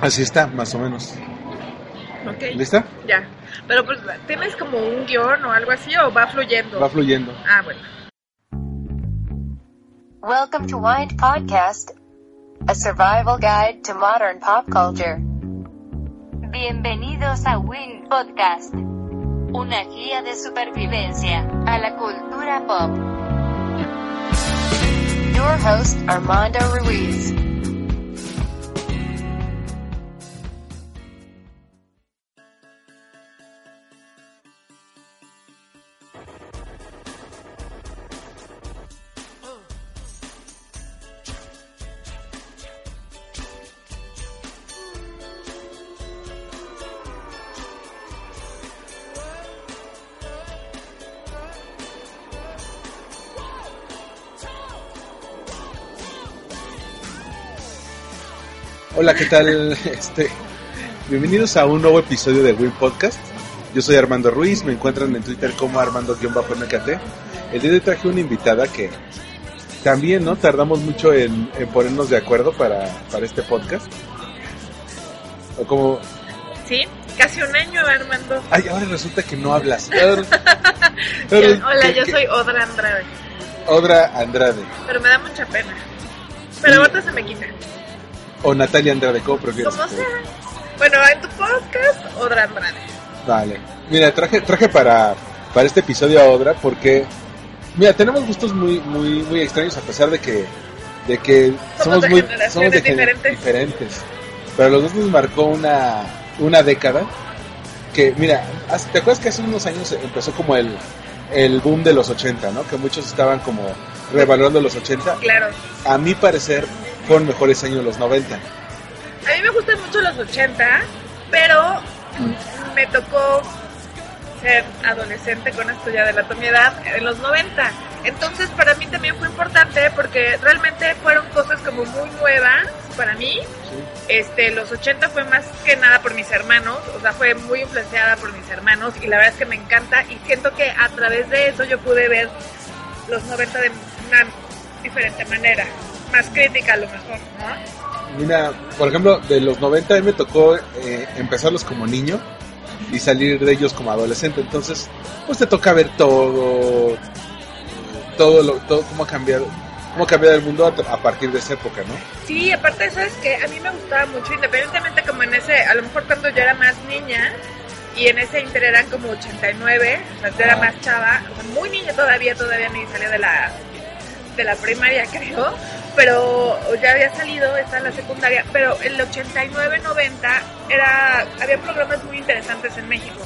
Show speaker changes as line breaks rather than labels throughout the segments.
Así está, más o menos.
Ok,
¿Lista?
ya. Pero pues, ¿tienes como un guión o algo así o va fluyendo?
Va fluyendo.
ah, bueno.
Welcome to Wind Podcast, a survival guide to modern pop culture.
Bienvenidos a Win Podcast, una guía de supervivencia a la cultura pop.
Your host, Armando Ruiz.
Hola, ¿qué tal? Este, bienvenidos a un nuevo episodio de Win Podcast. Yo soy Armando Ruiz, me encuentran en Twitter como Armando-MKT. El día de hoy traje una invitada que también, ¿no? Tardamos mucho en, en ponernos de acuerdo para, para este podcast. O como,
Sí, casi un año, Armando.
ay, ahora resulta que no hablas. Ahora-
Hola,
que-
yo
que-
soy Odra Andrade,
Odra Andrade,
pero me da mucha pena. Pero ahorita se me quita.
o Natalia Andrade, ¿cómo prefieres?
Como sea. Bueno, en tu podcast, Odra Andrade.
Vale. Mira, traje, traje para, para este episodio a Odra porque, mira, tenemos gustos muy, muy, muy extraños a pesar de que, de que
Somos
somos,
de
muy
generaciones
somos de gener-
diferentes.
diferentes. Pero los dos nos marcó una, una década que, mira, hace- ¿te acuerdas que hace unos años empezó como el, el boom de los 80, ¿no? Que muchos estaban como revalorando los 80.
Claro.
A mi parecer, fueron mejores años los 90.
A mí me gustan mucho los 80, pero me tocó ser adolescente con esto ya de la mi edad en los 90. Entonces para mí también fue importante porque realmente fueron cosas como muy nuevas para mí. Este, los 80 fue más que nada por mis hermanos, o sea, fue muy influenciada por mis hermanos y la verdad es que me encanta y siento que a través de eso yo pude ver los 90 de una diferente manera, más crítica a lo mejor, ¿no?
Mira, por ejemplo, de los 90 a mí me tocó eh, empezarlos como niño y salir de ellos como adolescente. Entonces, pues te toca ver todo, eh, todo lo, todo cómo ha cambiado, cómo ha cambiado el mundo a, tra- a partir de esa época, ¿no?
Sí, aparte eso es que a mí me gustaba mucho, independientemente como en ese, a lo mejor cuando yo era más niña y en ese inter eran como 89, o sea, yo era
Ah.
más chava, o sea, muy niña todavía, todavía ni salía de la, de la primaria creo, pero ya había salido, estaba en la secundaria, pero el 89-90 era, había programas muy interesantes en México.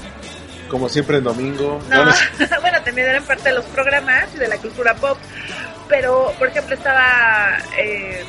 Como siempre en domingo.
No,
Bueno,
bueno, también eran parte de los programas y de la cultura pop. Pero, por ejemplo, estaba. Eh,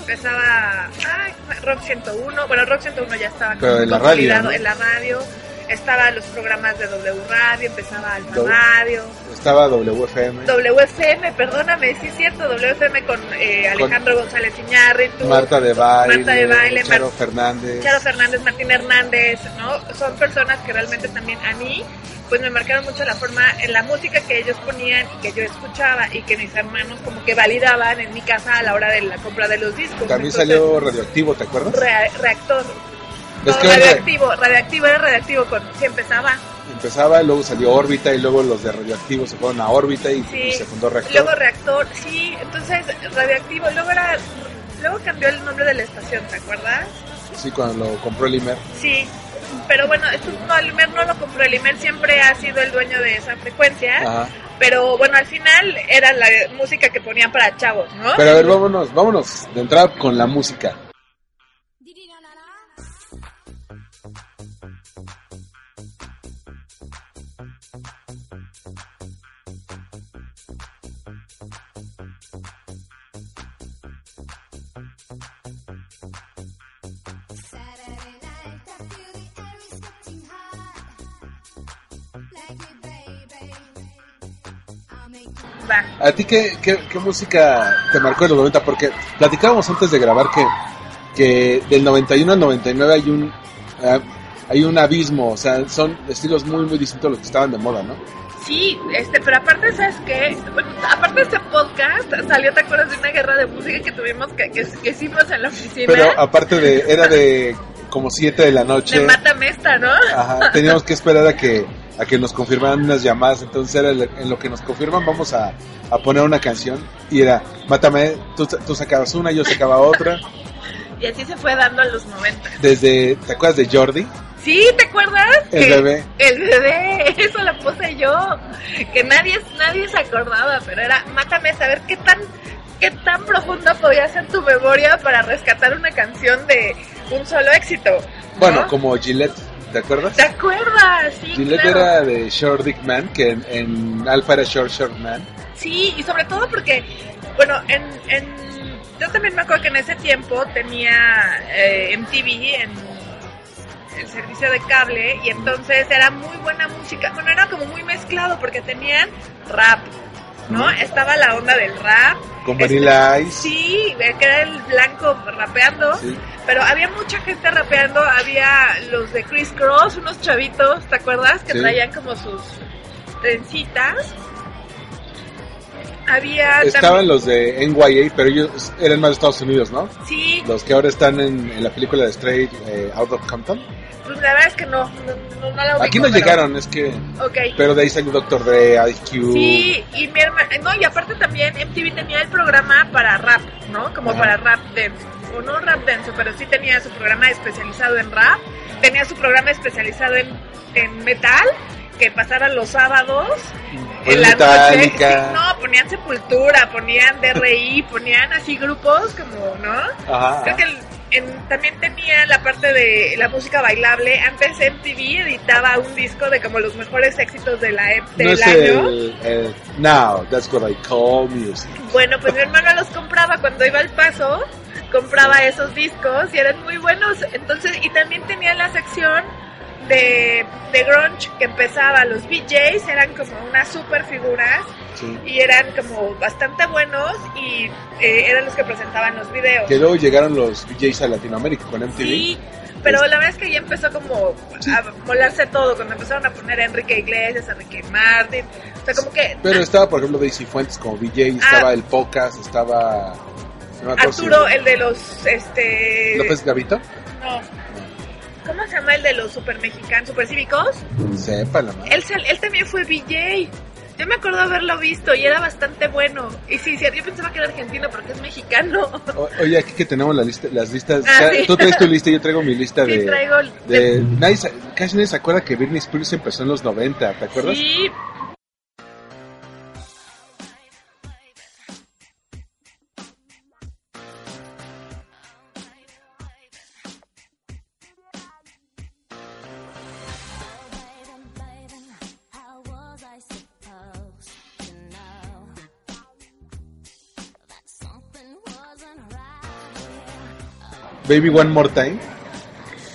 empezaba. ay, Rock 101. Bueno, Rock 101 ya estaba
Pero en la
consolidado
radio, ¿no?
en la radio. Estaba los programas de W Radio, empezaba Alfa
W.
Radio.
estaba WFM,
WFM, perdóname, sí es cierto, WFM con eh,
Con-
Alejandro González Iñárritu.
Marta de Baile,
Marta de Baile,
Charo
Mar-
Fernández.
Charo Fernández, Martín Hernández, ¿no? Son personas que realmente también a mí, pues me marcaron mucho la forma, en la música que ellos ponían y que yo escuchaba y que mis hermanos como que validaban en mi casa a la hora de la compra de los discos.
También
Entonces,
salió Radioactivo, ¿te acuerdas?
re- reactor.
Ves
No,
que era-
radioactivo, radioactivo era radioactivo con si empezaba.
Empezaba, luego salió Órbita y luego los de Radioactivo se fueron a Órbita y,
Sí.
y se fundó Reactor.
Luego reactor, sí, entonces radioactivo, luego era, luego cambió el nombre de la estación, ¿te acuerdas?
Sí, cuando lo compró el Imer.
Sí, pero bueno, esto no, el Imer no lo compró, el Imer siempre ha sido el dueño de esa frecuencia.
Ajá.
Pero bueno, al final era la música que ponían para chavos, ¿no?
Pero a ver, vámonos, vámonos de entrada con la música.
Va.
¿A ti qué, qué, qué música te marcó de los 90? Porque platicábamos antes de grabar que, que del 91 al 99 hay un, ah, hay un abismo, o sea, son estilos muy, muy distintos a los que estaban de moda, ¿no?
Sí, este, pero aparte, ¿sabes qué? Bueno, aparte de este podcast, salió, ¿te acuerdas de una guerra de música que tuvimos, que, que, que hicimos en la oficina?
Pero ah, aparte de, era de como 7 de la
de
noche,
Mátame esta, ¿no?
ajá, teníamos que esperar a que, a que nos confirmaran unas llamadas, entonces era el- en lo que nos confirman vamos a, a poner una canción y era, mátame, tú, tú sacabas una, yo sacaba otra,
Y así se fue dando a los 90.
desde, ¿te acuerdas de Jordi?
Sí, ¿te acuerdas?
El
Que-
bebé.
El bebé, eso la puse yo. Que nadie, nadie se acordaba, pero era, mátame a saber qué tan, qué tan profunda podía ser tu memoria para rescatar una canción de un solo éxito. ¿no?
Bueno, como Gillette, ¿te acuerdas?
¿Te acuerdas? Sí,
Gillette
claro.
era de Short Dick Man, que en, en Alpha era Short Short Man.
Sí, y sobre todo porque, bueno, en, en- yo también me acuerdo que en ese tiempo tenía eh, MTV en el servicio de cable y entonces era muy buena música. Bueno, era como muy mezclado porque tenían rap, ¿no? Estaba la onda del rap.
Con Vanilla Ice.
Sí, que era el blanco rapeando.
Sí.
Pero había mucha gente rapeando, había los de Chris Cross, unos chavitos, ¿te acuerdas? Que
Sí.
traían como sus trencitas. Había
Estaban los de NYA, pero ellos eran más de Estados Unidos, ¿no?
también... Sí,
Los que ahora están en, en la película de Straight eh, Out of Compton.
pues la verdad es que no, no, no, no la ubico,
Aquí no
pero-
llegaron, es que...
Ok.
Pero de ahí salió Doctor Dre, IQ.
Sí, y mi hermana, no, y aparte también MTV tenía el programa para rap, ¿no? Como
Ajá.
para rap dance, o no rap dance, pero sí tenía su programa especializado en rap, tenía su programa especializado en, en metal, que pasara los sábados, en la noche,
Metallica.
sí, no, ponían Sepultura, ponían DRI, ponían así grupos como, ¿no?
Ajá.
Creo que el- en- también tenía la parte de la música bailable. Antes MTV editaba un disco de como los mejores éxitos de la, e-
No
del
es
año.
el, el... Now, that's what I call music.
Bueno, pues mi hermano los compraba cuando iba al paso, compraba esos discos y eran muy buenos. Entonces, y también tenía la sección de, de grunge que empezaba. Los BJs eran como unas super figuras
Sí.
y eran como bastante buenos y eh, eran los que presentaban los videos.
Que luego llegaron los DJs a Latinoamérica con MTV.
Sí, pero la verdad es que ya empezó como a molarse todo, cuando empezaron a poner a Enrique Iglesias, a Enrique Martin, o sea, como que
Pero estaba, por ejemplo, Daisy Fuentes como DJ, estaba
Ah.
el Pocas, estaba. No me acuerdo si-
Arturo, el de los, este...
López Gavito.
No. ¿Cómo se llama el de los super mexicanos, super cívicos?
Sepa la madre.
Él, sal- él también fue BJ. Yo me acuerdo haberlo visto y era bastante bueno. Y sí, sí, yo pensaba que era argentino porque es mexicano.
O- Oye, aquí que tenemos la lista, las listas.
Ah,
Ca-
sí.
Tú traes tu lista, yo traigo mi lista
Sí,
de.
traigo...
de- nadie se- casi nadie se acuerda que Britney Spears empezó en los 90, ¿te acuerdas?
Sí,
Baby One More Time.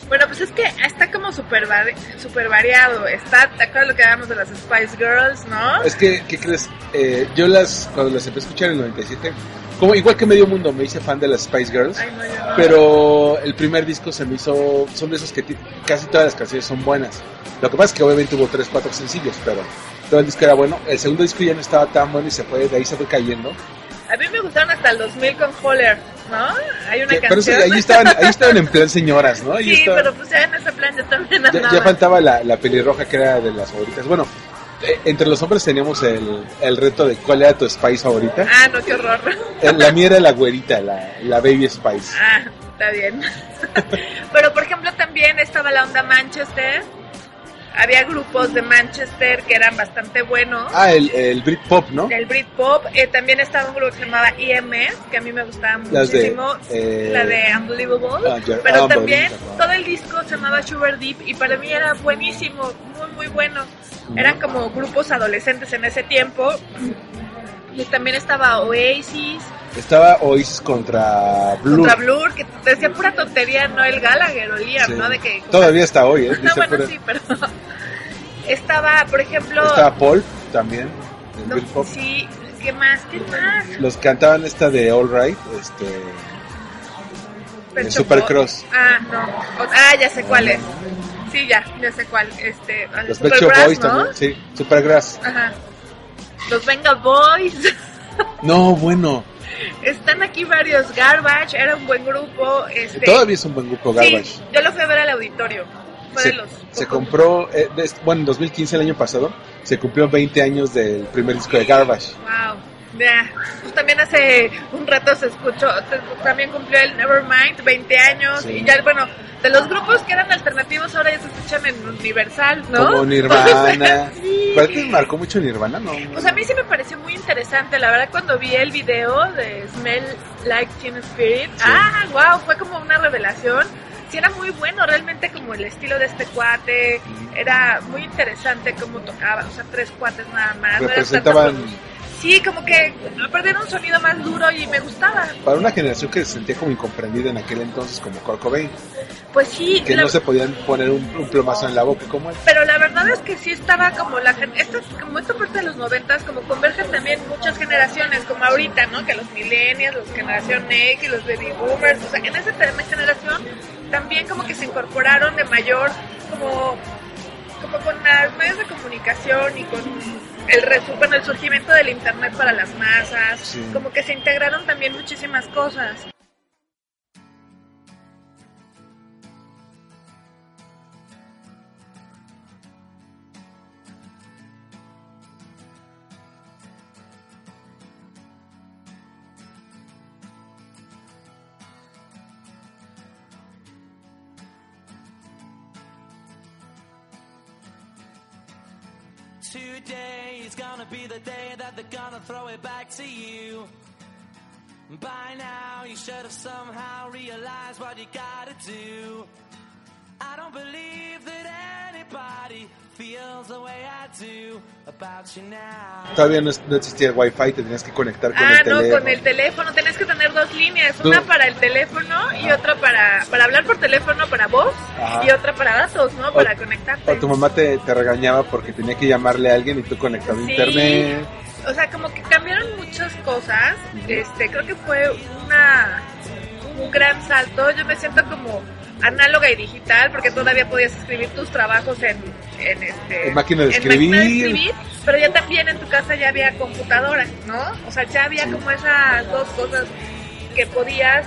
Bueno, pues es que está como súper vari- súper variado. Está, ¿te acuerdas lo que hablábamos de las Spice Girls, no?
Es que, ¿qué crees? Eh, yo las, cuando las empecé a escuchar en el 97, como, igual que Medio Mundo, me hice fan de las Spice Girls.
Ay, no, yo no.
Pero el primer disco se me hizo. Son de esos que ti- casi todas las canciones son buenas. Lo que pasa es que obviamente hubo 3, 4 sencillos, pero todo el disco era bueno. El segundo disco ya no estaba tan bueno y se fue, de ahí se fue cayendo.
A mí me gustaron hasta el 2000 con Holler, ¿no? Hay una
Que- pero eso-
canción.
ahí, estaban, ahí estaban en plan señoras, ¿no? Ahí
sí,
estaban-
pero pues ya en ese plan yo también
ya,
andaba.
ya faltaba la, la pelirroja que era de las favoritas. Bueno, eh, entre los hombres teníamos el, el reto de cuál era tu Spice favorita.
Ah, no, qué horror.
Eh, La mía era la güerita, la, la Baby Spice.
Ah, está bien. pero por ejemplo también estaba la onda Manchester. Había grupos de Manchester que eran bastante buenos.
Ah, el, el Britpop, ¿no?
Del Britpop, eh, también estaba un grupo que se llamaba IM, que a mí me gustaba
Las de,
muchísimo,
eh,
la de Unbelievable,
Ah, ya,
pero
Unbelievable.
también todo el disco se llamaba Sugar Deep y para mí era buenísimo, muy muy bueno. Eran como grupos adolescentes en ese tiempo y también estaba Oasis,
Estaba Oasis contra Blur.
contra Blur, que decía pura tontería, no el Gallagher o Liam,
Sí.
¿no? De que,
Todavía está hoy, ¿eh?
no,
Dice
bueno,
pura-
sí, pero estaba, por ejemplo,
Estaba Paul también, en
No,
Britpop.
sí, ¿Qué más? ¿Qué más?
Los que cantaban esta de All Right, este,
Pet
El
Shop
Supercross.
Boys. Ah, no. O- ah, ya sé cuál es. Sí, ya, ya sé cuál. Este, ah,
los Pet Shop
Supergrass,
Boys
¿no?
también, sí, Supergrass.
Ajá. Los Venga Boys.
No, bueno,
Están aquí varios. Garbage era un buen grupo. Este,
todavía es un buen grupo Garbage.
Sí, yo lo fui a ver al auditorio. Fue
se,
de los
se
pocos.
compró, eh, des- bueno, en 2015, el año pasado, se cumplió 20 años del primer disco de Garbage.
Wow. Vea, pues también hace un rato se escuchó, se- también cumplió el Nevermind, 20 años,
Sí.
y ya, bueno, de los grupos que eran alternativos ahora ya se escuchan en Universal, ¿no?
Como Nirvana.
Sí.
¿Para ti marcó mucho Nirvana? No.
Pues a mí sí me pareció muy interesante, la verdad, cuando vi el video de Smell Like Teen Spirit. Ah, wow, fue como una revelación. Sí, era muy bueno, realmente como el estilo de este cuate. Era muy interesante cómo tocaba, o sea, tres cuates nada más. no eran
Representaban,
tantas- Sí, como que perdieron un sonido más duro y me gustaba.
para una generación que se sentía como incomprendida en aquel entonces, como Kurt Cobain,
Pues sí,
que
la-
no se podían poner un, un plomazo en la boca como él.
pero la verdad es que sí estaba como la gen- esta, como esta parte de los noventas como convergen también muchas generaciones como ahorita no que los millennials los generación X los baby boomers o sea en esa también generación también como que se incorporaron de mayor como como con las medios de comunicación y con el resu- bueno, el surgimiento del internet para las masas
Sí.
como que se integraron también muchísimas cosas
Today is gonna be the day that they're gonna throw it back to you. By now, you should have somehow realized what you gotta do. I don't believe that anybody feels the way I do about you now.
Todavía no, es- no existía el wifi, te tenías que conectar con
Ah,
el
no,
teléfono.
con el teléfono. Tenés que tener dos líneas,
Tú-
una para el teléfono y otra para, para hablar por teléfono para voz
Ajá.
y otra para datos, ¿no? Para conectarte.
O tu mamá te, te regañaba porque tenía que llamarle a alguien y tú conectado a
Sí.
internet.
O sea, como que cambiaron muchas cosas. Este, creo que fue una un gran salto. Yo me siento como análoga y digital porque todavía podías escribir tus trabajos en en este
En máquina de
en máquina de
escribir.
escribir, pero ya también en tu casa ya había computadora, ¿no? O sea, ya había como esas dos cosas que podías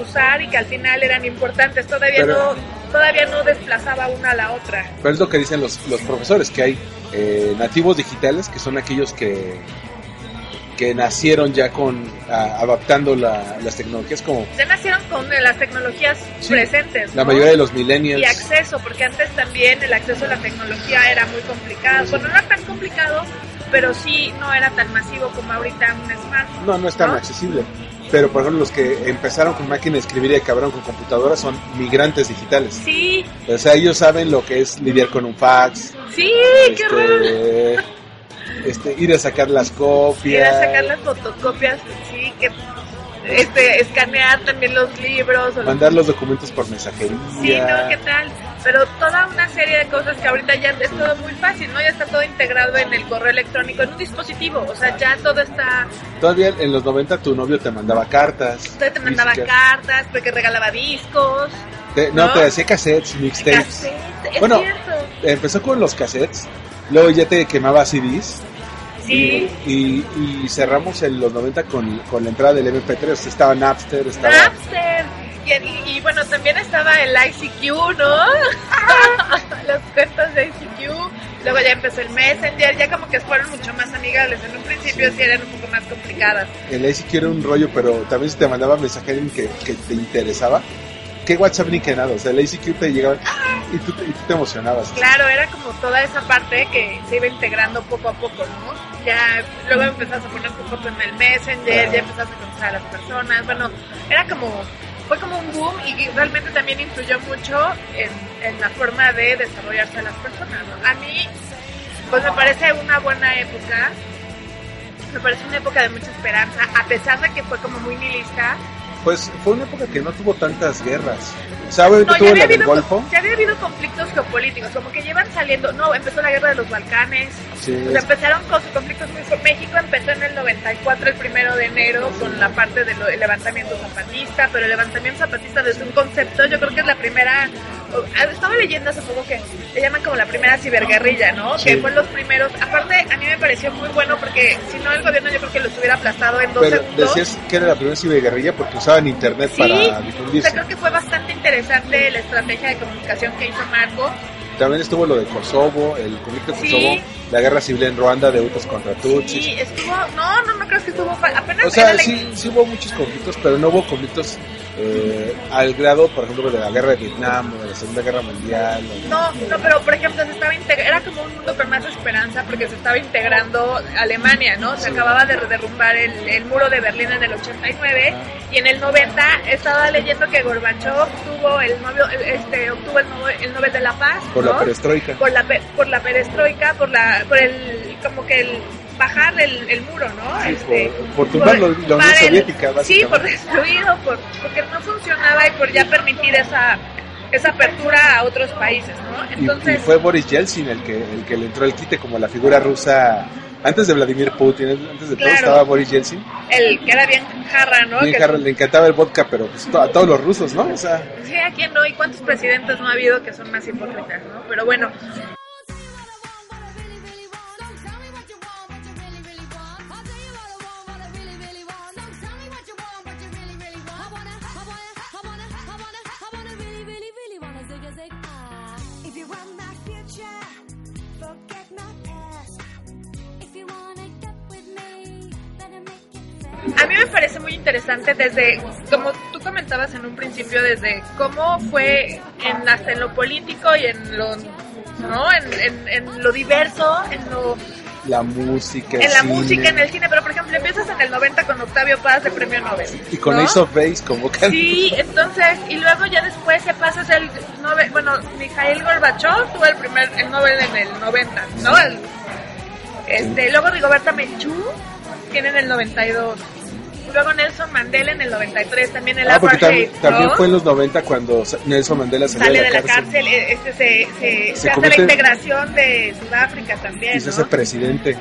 usar y que al final eran importantes. Todavía
Pero-
no todavía no desplazaba una a la otra.
Pero es lo que dicen los, los profesores, que hay eh, nativos digitales que son aquellos que, que nacieron ya con a- adaptando la- las tecnologías como
Ya nacieron con eh, las tecnologías
Sí.
presentes.
la
¿no?
mayoría de los
y
millennials.
acceso, porque antes también el acceso a la tecnología era muy complicado. Bueno, no era tan complicado, pero sí no era tan masivo como ahorita un smartphone.
No, no es tan
¿no?
accesible. Pero por ejemplo los que empezaron con máquina de escribir y acabaron con computadoras son migrantes digitales.
Sí,
O sea, ellos saben lo que es lidiar con un fax,
sí, qué raro.
este, este, ir a sacar las
Ir
copias.
a sacar las fotocopias, sí, que este, escanear también los libros o los
mandar los documentos por mensajería.
Sí, no, ¿qué tal? Pero toda una serie de cosas que ahorita ya es todo muy fácil, ¿no? Ya está todo integrado en el correo electrónico, en un dispositivo, o sea, ya todo está
Todavía en los 90 tu novio te mandaba cartas.
Usted te mandaba
disques.
cartas, porque regalaba discos,
Te- no,
¿no?
te hacía cassettes, mixtapes.
cassettes, es
Bueno,
cierto.
Empezó con los cassettes, luego ya te quemaba CDs.
Sí.
Y, y cerramos en los 90 con, con la entrada del MP3. O sea, estaba Napster, estaba.
Napster. Y, y- y bueno, también estaba el ICQ, ¿no? Las cuentas de ICQ. Luego ya empezó el Messenger, ya como que fueron mucho más amigables. En un principio sí eran un poco más complicadas.
El ICQ era un rollo, pero también si te mandaba mensaje que, que te interesaba. ¿Qué WhatsApp ni que nada? O sea, el ICQ te llegaba ¡ah! y tú, te- y tú te emocionabas.
Claro, era como toda esa parte que se iba integrando poco a poco, ¿no? Ya luego empezás a poner tu foto en el Messenger, ya empezás a conocer a las personas. Bueno, era como, fue como un boom y realmente también influyó mucho en, en la forma de desarrollarse las personas, ¿no? A mí, pues me parece una buena época, me parece una época de mucha esperanza, a pesar de que fue como muy nihilista.
Pues fue una época que no tuvo tantas guerras. O sea, ahorita
No, ya
tuvo
había,
la del
habido,
Golfo.
ya había habido conflictos geopolíticos, como que llevan saliendo. No, empezó la guerra de los Balcanes.
Sí,
O sea, Pues empezaron con sus conflictos. México- México empezó en el 94, el primero de enero, con la parte del levantamiento zapatista, pero el levantamiento zapatista desde un concepto, yo creo que es la primera, o- estaba leyendo hace poco que le llaman como la primera ciberguerrilla, ¿no?
Sí.
Que fue los primeros, aparte a mí me pareció muy bueno porque si no el gobierno yo creo que los hubiera aplastado en dos
pero
segundos.
decías que era la primera ciberguerrilla porque usaban internet
Sí,
para
o sea,
difundirse.
creo que fue bastante interesante la estrategia de comunicación que hizo Marco.
También estuvo lo de Kosovo, el conflicto de
Sí.
Kosovo, la guerra civil en Ruanda de Hutus contra Tutsis.
Sí, estuvo, no, no, no creo que estuvo, fa- apenas
Oh, O sea,
era
sí, sí hubo muchos conflictos, pero no hubo conflictos eh, al grado, por ejemplo, de la guerra de Vietnam o de la Segunda Guerra Mundial. o-
No, no, pero por ejemplo, se estaba integ- era como un mundo con más esperanza porque se estaba integrando Alemania, ¿no? Se acababa de derrumbar el, el muro de Berlín en el 89 y en el 90 estaba leyendo que Gorbachev tuvo el novio, el- este, obtuvo el, Nobel- el Nobel de la Paz,
por
¿no?
la perestroika.
por la pe- por la perestroika, por la por el como que el bajar el, el muro, ¿no? Este,
Sí, por- por tumbar la Unión
tumbar el-
Soviética,
Sí,
básicamente.
por destruido, por porque no funcionaba y por ya permitir esa esa apertura a otros países, ¿no?
Y- y,
Entonces,
fue Boris Yeltsin el que, el que le entró el quite como la figura rusa. Antes de Vladimir Putin, antes de todo
Claro.
estaba Boris Yeltsin.
el que era bien jarra, ¿no?
Bien
Que-
jarra, le encantaba el vodka, pero pues, to- a todos los rusos, ¿no? O sea,
Sí, ¿a quién no? ¿Y cuántos presidentes no ha habido que son más hipócritas, no? Pero bueno,
If you want my future, forget my past. If you wanna get with me, better make it fast.
A mí me parece muy interesante desde, como tú comentabas en un principio, desde cómo fue en, hasta en lo político y en lo, ¿no? en, en- en lo diverso, en, lo,
la música. el
en la
cine,
música, en el cine. Pero, por ejemplo, empiezas en el 90 con Octavio Paz de Premio Nobel.
Y con
¿no?
Ace of Base convocando.
Sí, entonces, y luego ya después se pasa a ser el Nobel, bueno, Mikhail Gorbachev tuvo el primer, el Nobel en el 90, ¿no? El- este, luego Rigoberta Menchú tiene en el 92. Luego Nelson Mandela en el 93, también el
Ah, porque
apartheid,
tam- también
¿no?
fue en los 90 cuando sa- Nelson Mandela salió
sale de la cárcel, eh, este, se, se,
Se
se hace la
convierte-
integración de Sudáfrica
y
también,
se hace
¿no?
presidente.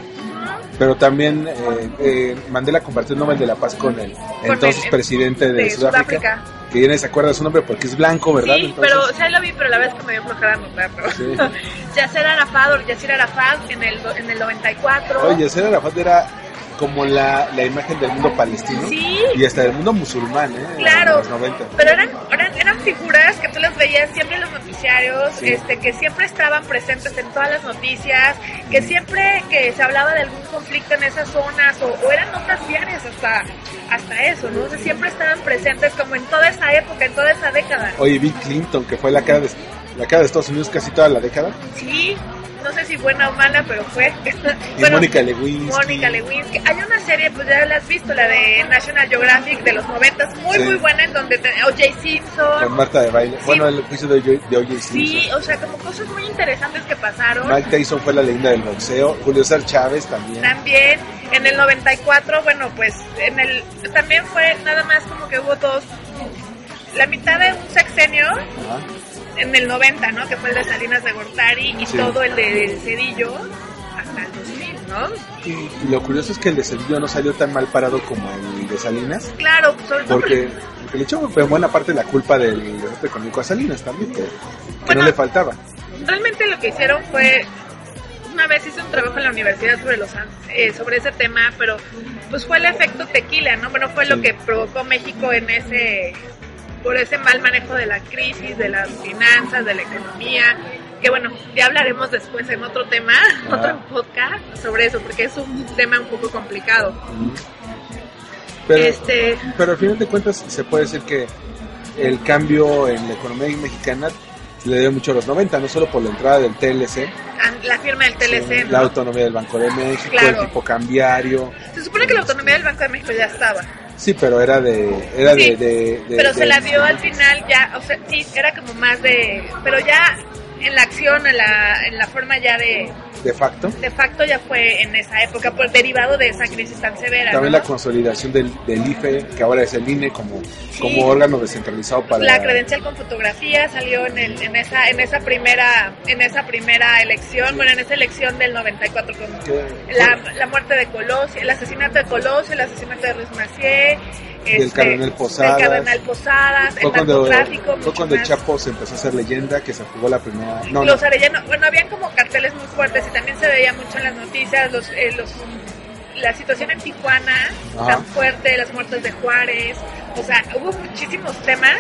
Pero también eh, eh, Mandela compartió el Nobel de la Paz con el entonces
el-
presidente de,
de
Sudáfrica,
Sudáfrica.
Que ya no se acuerda su nombre porque es blanco, ¿verdad?
Sí,
Entonces,
pero, o sea, lo vi, pero la verdad es que me dio flojera anotarlo.
Sí.
Yasser Arafat, o Yasser Arafat en el, do- en el 94.
Oye, Sara Arafat era como la, la imagen del mundo palestino
Sí.
y hasta del mundo musulmán, ¿eh? En
Claro,
los 90.
pero eran, eran, eran figuras que tú las veías siempre en los noticiarios,
Sí.
este, que siempre estaban presentes en todas las noticias, que siempre que se hablaba de algún conflicto en esas zonas, o, o eran notas diarias hasta, hasta eso, ¿no? O sea, siempre estaban presentes como en toda esa época, en toda esa década.
Oye, Bill Clinton, que fue la cara de, la cara de Estados Unidos casi toda la década.
Sí, no sé si buena o mala, pero fue.
Y
Bueno,
Mónica Lewinsky.
Mónica Lewinsky. Hay una serie, pues ya la has visto, la de National Geographic de los noventas, muy
Sí.
muy buena, en donde te- O.J. Simpson.
Con Marta de Baile.
Sí.
Bueno, el juicio de O.J. de O.J.
Sí,
Simpson.
o sea, como cosas muy interesantes que pasaron.
Mike Tyson fue la leyenda del boxeo. Julio César Chávez también.
También en el 94, bueno, pues en el también fue nada más como que hubo dos la mitad de un sexenio
Ajá.
en el 90, ¿no? Que fue el de Salinas de Gortari y
Sí.
todo el de Cedillo hasta el 2000, ¿no?
Y lo curioso es que el de Cedillo no salió tan mal parado como el de Salinas,
Claro, sobre todo
porque, porque le echó en buena parte la culpa del desastre económico a Salinas también, que, que
Bueno.
no le faltaba.
realmente lo que hicieron fue una vez hice un trabajo en la universidad sobre los an- eh, sobre ese tema pero pues fue el efecto tequila no bueno fue lo
Sí.
que provocó México en ese por ese mal manejo de la crisis de las finanzas de la economía que bueno ya hablaremos después en otro tema
Ah.
otro podcast sobre eso porque es un tema un poco complicado
Pero,
este
pero al final de cuentas se puede decir que el cambio en la economía mexicana se le dio mucho a los 90, no solo por la entrada del TLC,
an- la firma del TLC ¿no?
la autonomía del Banco de México,
Claro.
el tipo cambiario,
se supone que la autonomía del Banco de México ya estaba
sí, pero era de... Era
Sí,
de, de- de-
pero se
de-
la dio al final ya, o sea, sí, era como más de, pero ya en la acción, en la, en la forma ya de,
de facto.
de facto ya fue en esa época, por derivado de esa crisis tan severa.
También
¿no?
la consolidación del, del IFE, que ahora es el INE, como,
Sí.
como órgano descentralizado para...
La credencial con fotografía salió en, el- en esa en esa primera en esa primera elección, bueno, en esa elección del 94 con
que-
la, la muerte de Colosio, el asesinato de Colosio, el asesinato de Luis Macié, este,
Del cardenal Posadas.
del cardenal Posadas,
fue
el
cuando,
narcotráfico,
fue
mucho
cuando el
más.
Chapo se empezó a hacer leyenda, que se jugó la primera... No, no,
los Arellano, bueno, habían como carteles muy fuertes y también se veía mucho en las noticias los, eh, los la situación en Tijuana
Ajá.
tan fuerte, las muertes de Juárez, o sea, hubo muchísimos temas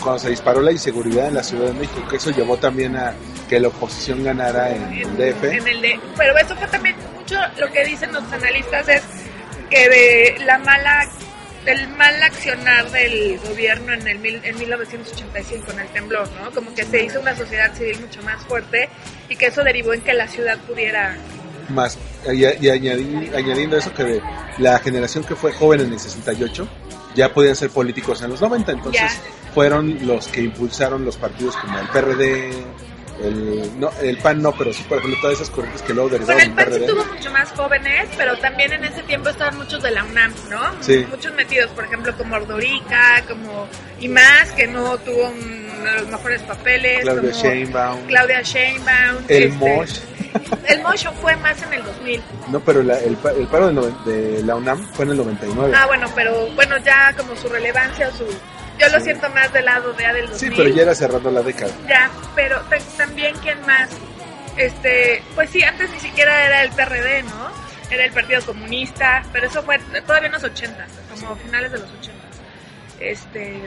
cuando se disparó la inseguridad en la Ciudad de México, que eso llevó también a que la oposición ganara en E. el
en
DF.
el de, pero eso fue también mucho lo que dicen los analistas es que de la mala el mal accionar del gobierno en el mil- en 1985 con el temblor, ¿no? Como que se hizo una sociedad civil mucho más fuerte y que eso derivó en que la ciudad pudiera
Más, y, y añadi- añadiendo eso, que de la generación que fue joven en el 68 ya podían ser políticos en los 90, entonces
Ya.
fueron los que impulsaron los partidos como el PRD, el, no, el PAN no, pero sí, por ejemplo, todas esas corrientes que luego
Bueno,
derivaron
el
en
PAN sí
PRD.
tuvo mucho más jóvenes, pero también en ese tiempo estaban muchos de la UNAM, ¿no?
Sí.
Muchos metidos, por ejemplo, como Ordorica, como y más, que no tuvo un- uno de los mejores papeles.
Claudia
como
Sheinbaum,
Claudia Sheinbaum.
el
este,
MOSH,
El Mosh fue más en el 2000.
no, pero la- el, pa- el paro de, noven- de la UNAM fue en el 99.
Ah, bueno, pero bueno, ya como su relevancia, su... Yo lo
Sí.
siento más del lado de A del 2000.
sí, pero ya era cerrando la década.
Ya, pero ta- también quién más. Este, pues sí, antes ni siquiera era el PRD, ¿no? Era el Partido Comunista, pero eso fue todavía en los 80, como finales de los 80. Este,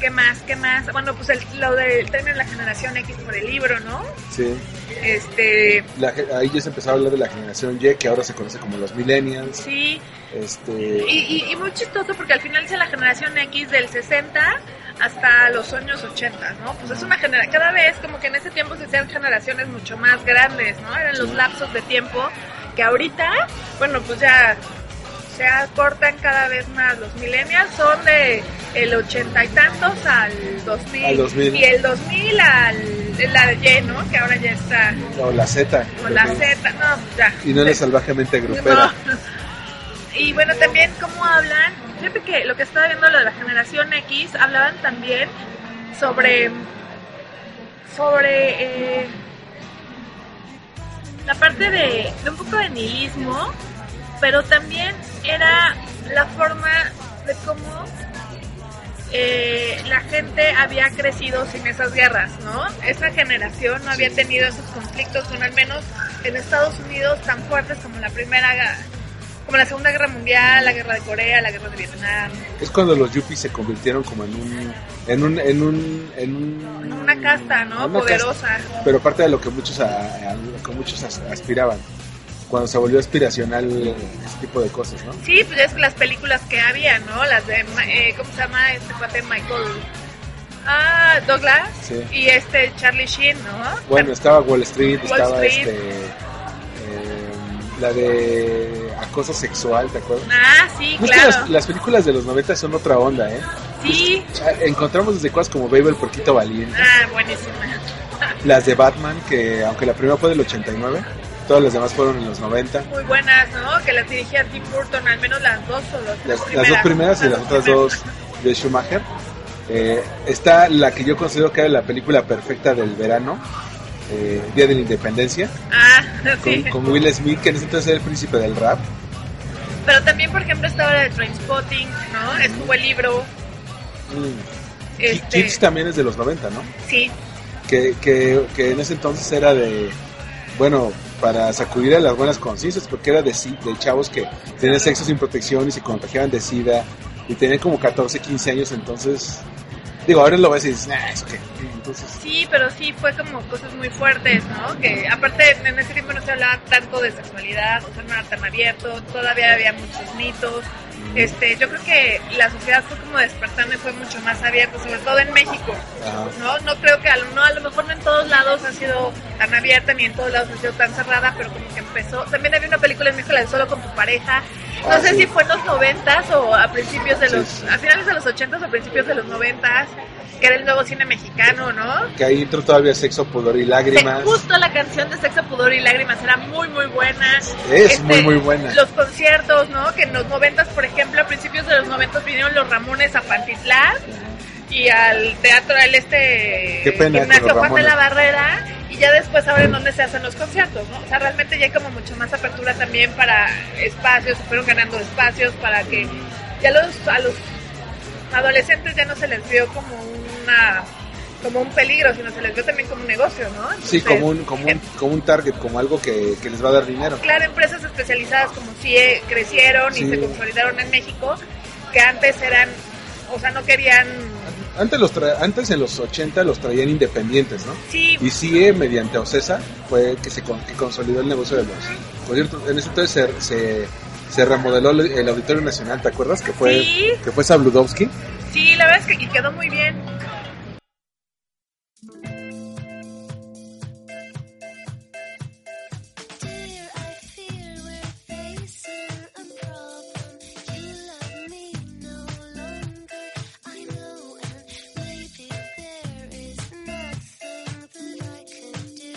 ¿qué más? ¿Qué más? Bueno, pues el, lo del término de la generación X por el libro, ¿no?
Sí.
Este,
La ge- ahí ya se empezó a hablar de la generación Y, que ahora se conoce como los millennials.
sí,
Este,
Y, y, y muy chistoso porque al final es la generación X del 60 hasta los años 80, ¿no? Pues es una generación, cada vez como que en ese tiempo se hacían generaciones mucho más grandes, ¿no? Eran los lapsos de tiempo que ahorita, bueno, pues ya se acortan cada vez más. Los millennials son de el ochenta y tantos al 2000,
Al 2000.
y el 2000 al la de Y, ¿no? Que ahora ya está
o la Z.
con la Z, no, pues ya.
Y no la
Sí.
salvajemente grupera.
No. Y bueno, también cómo hablan. Fíjate que lo que estaba viendo lo de la generación X, hablaban también sobre. sobre. eh, la parte de, de un poco de nihilismo, pero también era la forma de cómo eh, la gente había crecido sin esas guerras, ¿no? Esa generación no había tenido esos conflictos, bueno, al menos en Estados Unidos tan fuertes como la primera, ga- como la Segunda Guerra Mundial, la Guerra de Corea, la Guerra de Vietnam,
Es cuando los yuppies se convirtieron como en un. En un, en un, en un-
una casta, ¿no?
en una
Poderosa.
casta. pero parte de lo que muchos, a- a lo que muchos as- aspiraban. Cuando se volvió aspiracional eh, ese tipo de cosas, ¿no?
Sí, pues ya es que las películas que había, ¿no? Las de, Ma- eh, ¿cómo se llama este cuate? Michael. Ah, Douglas.
Sí.
Y este Charlie Sheen, ¿no?
Bueno, estaba Wall Street,
Wall
estaba
Street.
este. eh, la de acoso sexual, ¿te acuerdas?
Ah, sí,
No es que
claro.
las, las películas de los 90 son otra onda, ¿eh?
Sí.
Ah, Encontramos desde cosas como Baby el Porquito Valiente,
Ah, buenísima.
las de Batman, que aunque la primera fue del 89, todas las demás fueron en los 90.
Muy buenas, ¿no? Que las dirigía Tim Burton, al menos las dos o las,
Las,
tres
las dos primeras y las otras dos de Schumacher. Eh, está la que yo considero que era la película perfecta del verano, eh, Día de la Independencia,
Ah, sí.
con, con Will Smith, que en ese entonces era el príncipe del rap.
Pero también, por ejemplo, estaba la de Trainspotting, ¿no? Estuvo el libro.
Mm.
Este,
Kids también es de los 90, ¿no?
sí,
que, que, que en ese entonces era de, bueno, para sacudir a las buenas conciencias, porque era de, si- de chavos que tenían sexo sin protección y se contagiaban de SIDA y tenían como 14, 15 años, entonces Digo, ahora lo ves y dices, nah, eso qué. Entonces,
Sí, pero sí fue como cosas muy fuertes, ¿no? Que aparte en ese tiempo no se hablaba tanto de sexualidad, o sea, no era tan abierto, todavía había muchos mitos.
Mm.
Este, yo creo que la sociedad fue como despertando y fue mucho más abierta, sobre todo en México,
Ajá.
¿no? No creo que a lo, no, a lo mejor no en todos lados ha sido tan abierta ni en todos lados ha sido tan cerrada, pero como que empezó. También había una película en México, la de Solo con tu pareja. No
Ah,
sé
sí.
si fue en los noventas o a principios de
Sí,
los,
sí.
a finales de los ochentas o principios de los noventas, que era el nuevo cine mexicano, ¿no?
que ahí entró todavía sexo, pudor y
Se-
lágrimas.
justo la canción de Sexo, Pudor y Lágrimas era muy, muy buena. Este,
Es muy, muy buena.
Los conciertos, ¿no? Que en los noventas, por ejemplo, a principios de los noventas vinieron los Ramones a Pantitlán y al teatro, al este
Qué pena con
gimnasio
los
Juan de
Ramones.
la Barrera y ya después saben dónde se hacen los conciertos, ¿no? O sea, realmente ya hay como mucho más apertura también para espacios, se fueron ganando espacios para que ya los, a los adolescentes ya no se les vio como una como un peligro, sino se les vio también como un negocio, ¿no?
Sí,
Entonces,
como un, como, un,
eh,
como un target, como algo que, que les va a dar dinero.
Claro, empresas especializadas como CIE crecieron
Sí.
y se consolidaron en México, que antes eran, o sea, no querían,
Antes, los tra- antes en los 80 los traían independientes, ¿no?
sí,
Y CIE, mediante OCESA, fue que se con- que consolidó el negocio de los conciertos. En ese entonces se, se, se remodeló el- el Auditorio Nacional, ¿te acuerdas? Que fue,
Sí.
que fue Sabludowski.
sí, la verdad es que y quedó muy bien.
Dear, I fear we're facing a problem. You love me no longer, I know, and maybe there is nothing that I can do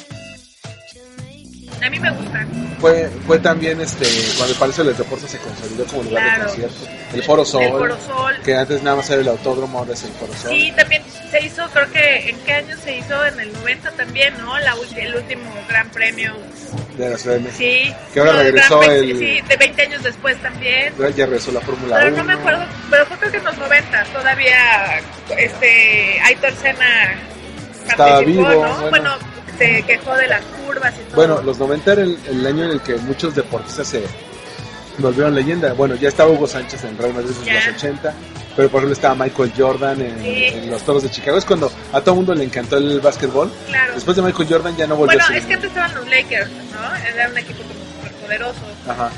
to make you.
A mí me gusta.
Fue, fue también este, cuando el Palacio de los Deportes se consolidó como lugar
Claro.
de concierto. El Foro Sol,
El Foro Sol.
que antes nada más era el autódromo, ahora es el Foro Sol.
Sí, también se hizo, creo que, ¿en qué año se hizo? En el 90 también, ¿no? La, ulti- el último Gran Premio.
de la Ciudad de México.
Sí.
Que ahora
No, el
regresó
Gran Prix,
el-
Sí, de 20 años después también.
Ya regresó la Fórmula 1.
Pero no me acuerdo, pero fue creo que en los 90 todavía este Aitor Senna
Estaba
participó,
vivo,
¿no?
bueno.
Bueno. se quejó de las curvas y todo.
Bueno, los 90 era el, el año en el que muchos deportistas se volvieron leyenda. Bueno, ya estaba Hugo Sánchez en Real Madrid desde
Ya.
los 80, pero por ejemplo estaba Michael Jordan en,
Sí.
en los Toros de Chicago. Es cuando a todo mundo le encantó el básquetbol.
Claro.
Después de Michael Jordan ya no volvió
Bueno,
a ser.
es que antes estaban los Lakers, ¿no? Era un equipo como súper poderoso.
Ajá.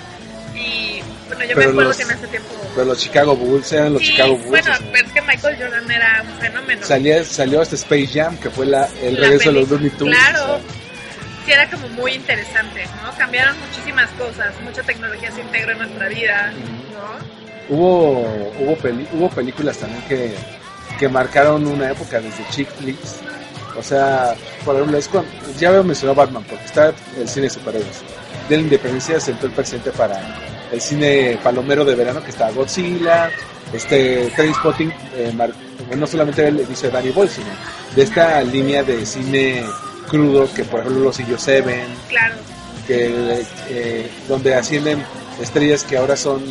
Y bueno, yo
Pero
me acuerdo
los-
que en ese tiempo.
Pero los Chicago Bulls eran los
sí,
Chicago Bulls.
bueno,
o sea,
pero es que Michael Jordan era un fenómeno.
salía, salió este Space Jam, que fue la, el
La
regreso de los
peli-
Looney Tunes.
Claro.
o sea,
Sí, era como muy interesante, ¿no? Cambiaron muchísimas cosas, mucha tecnología se integró en nuestra vida, ¿no?
hubo, hubo, peli- hubo películas también que, que marcaron una época desde chick flicks. O sea, por ejemplo, es cuando, ya había mencionado Batman, porque está el cine de superhéroes. De la independencia sentó el presente para el cine palomero de verano, que está Godzilla, este Trainspotting, eh, mar- no solamente él, dice Danny Boyle, sino de esta línea de cine crudo que, por ejemplo, lo siguió Seven,
Claro.
que eh, donde ascienden estrellas que ahora son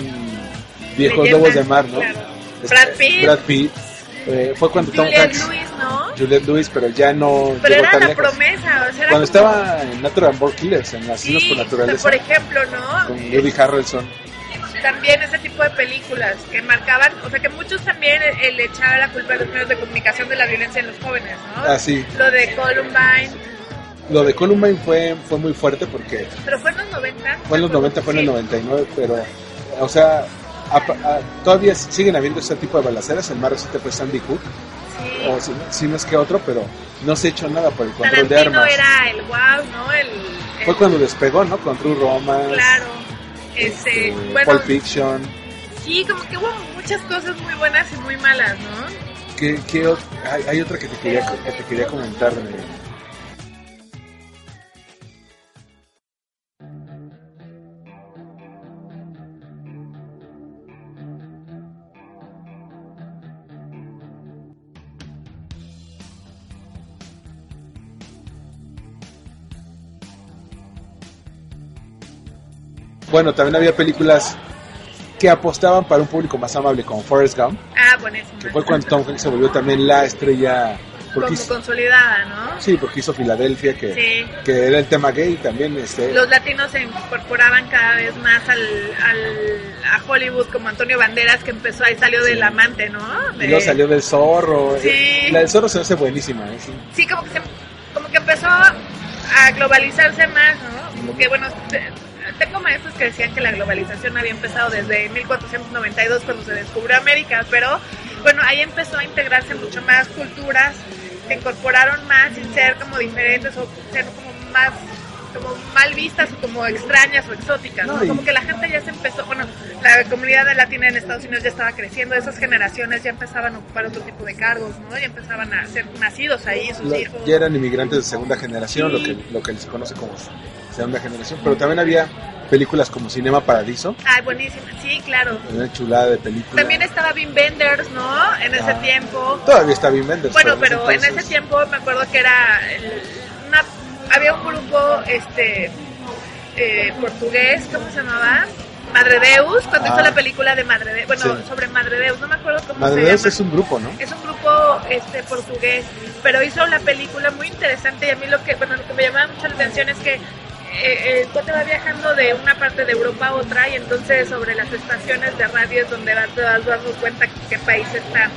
viejos
Leyendas,
lobos de mar, ¿no?
claro.
Este,
Brad Pitt.
Brad Pitt. Eh, fue cuando Tom
Juliette
Hanks,
Lewis, ¿no?
Juliette Lewis, pero ya no
Pero
llegó
era
tan
la
lejos.
promesa, o sea,
Cuando
era como-
estaba en Natural Born Killers, en las
sí,
por Naturaleza,
por ejemplo, ¿no?
con Woody Harrelson,
También ese tipo de películas que marcaban, o sea, que muchos también eh, le echaban la culpa a los medios de comunicación de la violencia en los jóvenes, ¿no?
así.
Lo de Columbine,
Ah, Lo de Columbine fue, fue muy fuerte porque
pero fue en los 90.
fue en los 90, fue en el
Sí.
99, pero, o sea, a- a- todavía siguen habiendo ese tipo de balaceras. El más reciente fue Sandy Hook,
Sí.
o si, si no es que otro, pero no se ha hecho nada por el control de
Tarantino
armas.
era el wow, ¿no? El, el-
Fue cuando despegó, ¿no? Con True Romance,
Claro. Este,
eh,
bueno,
Pulp Fiction.
sí, como que hubo muchas cosas muy buenas y muy malas, ¿no?
¿Qué, qué ot- hay, hay otra que te quería, que te quería comentar. de- Bueno, también había películas que apostaban para un público más amable, como Forrest Gump,
Ah, buenísimo.
que fue cuando Tom Hanks se volvió también la estrella Porque
como
hizo-
consolidada, ¿no?
Sí, porque hizo Filadelfia, que,
Sí.
que era el tema gay también. Este,
Los latinos se incorporaban cada vez más al, al- a Hollywood, como Antonio Banderas, que empezó ahí, salió del amante, ¿no?
y luego
De-
salió del zorro.
Sí.
eh, La del zorro se me hace buenísima. ¿eh? Sí.
Sí, como que, se- como que empezó a globalizarse más, ¿no? Como que, bueno, te- tengo maestros que decían que la globalización había empezado desde 1492, cuando se descubrió América, pero bueno, ahí empezó a integrarse mucho más culturas, se incorporaron más sin ser como diferentes o ser como más como mal vistas o como extrañas o exóticas, ¿no?
No, y-
Como que la gente ya se empezó, bueno, la comunidad latina en Estados Unidos ya estaba creciendo, esas generaciones ya empezaban a ocupar otro tipo de cargos, ¿no? Ya empezaban a ser nacidos ahí, sus
La-
hijos.
ya eran inmigrantes de segunda generación, lo, que, lo que les conoce como segunda generación. Pero también había películas como Cinema Paradiso,
Ay, Ah, buenísima, sí, claro.
una chulada de película.
También estaba Vin Benders, ¿no? En ese
Ah.
tiempo.
Todavía está bien Benders.
Bueno,
en ese
pero en ese
entonces-
tiempo me acuerdo que era el- una, había un grupo este eh, portugués, ¿cómo se llamaba? Madre Deus, cuando
Ah.
hizo la película de Madre Deus, bueno,
Sí.
sobre Madre Deus, no me acuerdo cómo
Madre
se
Dios
llama.
es un grupo, ¿no?
es un grupo este portugués, pero hizo una película muy interesante y a mí lo que bueno lo que me llamaba mucho la atención es que eh, el cuate va viajando de una parte de Europa a otra y entonces sobre las estaciones de radio es donde vas, te vas dando cuenta qué país está.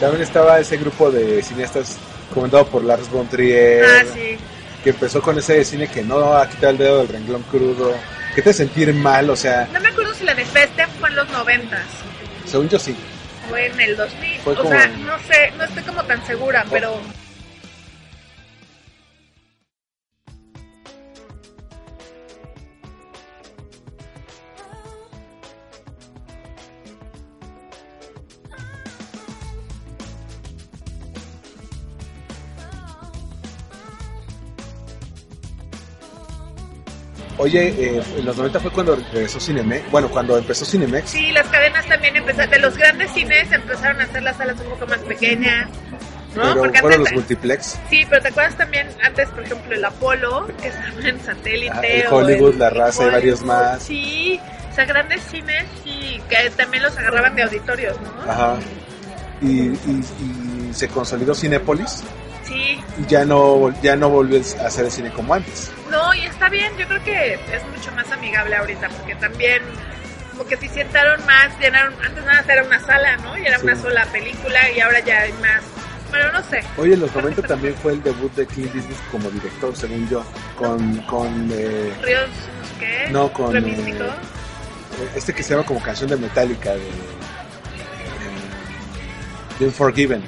También estaba ese grupo de cineastas comentado por Lars von Trier,
Ah, sí.
que empezó con ese cine que no a quitar el dedo del renglón crudo, que te hace sentir mal, o sea,
No me acuerdo si la de Feste fue en los noventas
según yo sí.
o en el 2000.
Fue
o
como
sea,
en-
no sé, no estoy como tan segura, pero
Oye, eh, en los 90 fue cuando regresó Cinemex, bueno, cuando empezó Cinemex,
sí, las cadenas también empezaron, de los grandes cines empezaron a hacer las salas un poco más pequeñas. ¿no?
pero
Porque
fueron los
antes-
multiplex,
Sí, pero te acuerdas también antes, por ejemplo, el Apolo, que estaba en satélite.
Ah, el
o
Hollywood, La Raza y
Hollywood,
varios más.
Sí, o sea, grandes cines y que también los agarraban de auditorios, ¿no?
ajá, y, y- y se consolidó Cinépolis
Sí,
y ya no, vol- ya no volvió a hacer el cine como antes.
no, y está bien, yo creo que es mucho más amigable ahorita, porque también como que se sientaron más, llenaron, antes nada más era una sala, ¿no? Y era
Sí.
una sola película y ahora ya hay más. Bueno, no sé.
Oye, en los 90 también fue el debut de Clint Eastwood como director, según yo, con, con eh,
Ríos, no sé qué.
No, con,
Río Místico.
eh, este que se llama como canción de Metallica, de, de Unforgiven.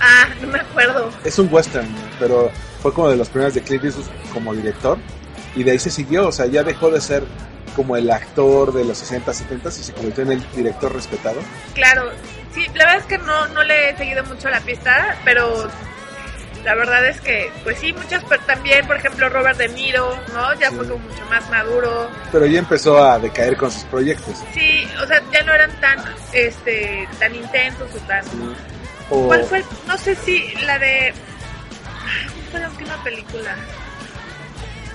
Ah, no me acuerdo.
Es un western, pero fue como de los primeros de Clint Eastwood como director, y de ahí se siguió, o sea, ya dejó de ser como el actor de los 60, 70 y se convirtió en el director respetado.
Claro, sí, la verdad es que no, no le he seguido mucho la pista, pero la verdad es que, pues sí, muchas, pero también, por ejemplo, Robert De Niro, ¿no? Ya
Sí.
fue como mucho más maduro.
Pero ya empezó a decaer con sus proyectos.
Sí, o sea, ya no eran tan, este, tan intensos o tan...
O-
¿Cuál fue? No sé si la de... Ay, ¿Cuál fue la última película?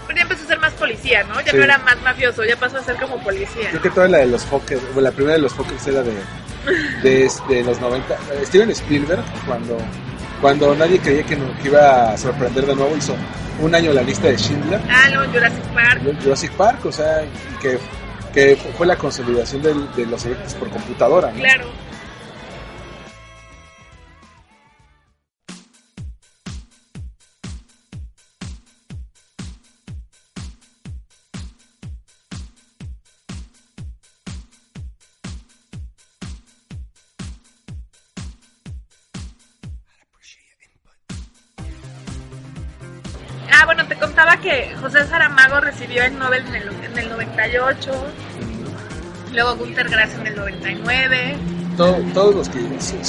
Pero ya empezó a ser más policía, ¿no? Ya
Sí.
no era más mafioso, ya pasó a ser como policía.
Creo que toda la de los Fokker, bueno, la primera de los Fokkers era de, de, de los 90. Eh, Steven Spielberg, cuando, cuando nadie creía que nos iba a sorprender de nuevo, hizo un año la lista de Schindler,
Ah, no, Jurassic Park.
Jurassic Park, o sea, y que, que fue la consolidación del- de los efectos por computadora. ¿no?
Claro. Ah, bueno, te contaba que José Saramago recibió el Nobel en el, en el 98. Luego Gunter Grass en el 99.
Todo- todos los que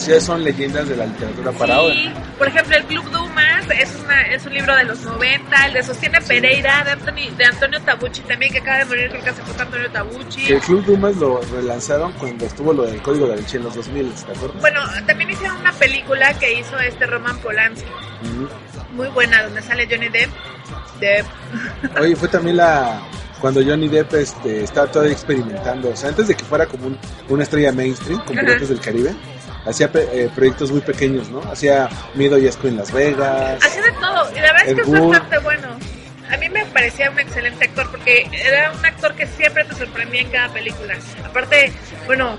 ya son leyendas de la literatura para ahora.
Sí, por ejemplo, el Club Dumas es, una- es un libro de los 90. El de Sostiene Pereira de, Anthony- de Antonio Tabucci también, que acaba de morir, creo que hace poco Antonio Tabucci.
Que Club Dumas lo relanzaron cuando estuvo lo del Código de Vinci en los 2000, ¿te acuerdas?
Bueno, también hicieron una película que hizo este Roman Polanski,
Ujú.
muy buena, donde sale Johnny Depp. Depp.
Oye, fue también la cuando Johnny Depp este, estaba todavía experimentando, o sea, antes de que fuera como un- una estrella mainstream, como
Ajá.
Piratas del Caribe, hacía pe- eh, proyectos muy pequeños, ¿no? Hacía Miedo y Asco en Las Vegas.
Hacía de todo, y la verdad es
El
que es
Gur.
bastante bueno. A mí me parecía un excelente actor porque era un actor que siempre te sorprendía en cada película. Aparte, bueno,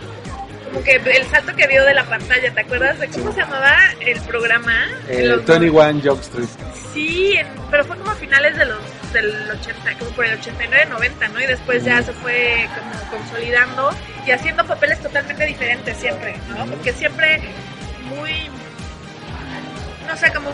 como que el salto que dio de la pantalla, ¿te acuerdas de cómo se llamaba el programa? En
Eh,
los
21 Jump Street.
Sí, en- pero fue como a finales de los, del 80, como por el 89, 90, ¿no? Y después ya se fue como consolidando y haciendo papeles totalmente diferentes siempre, ¿no? Porque siempre muy, no sé, como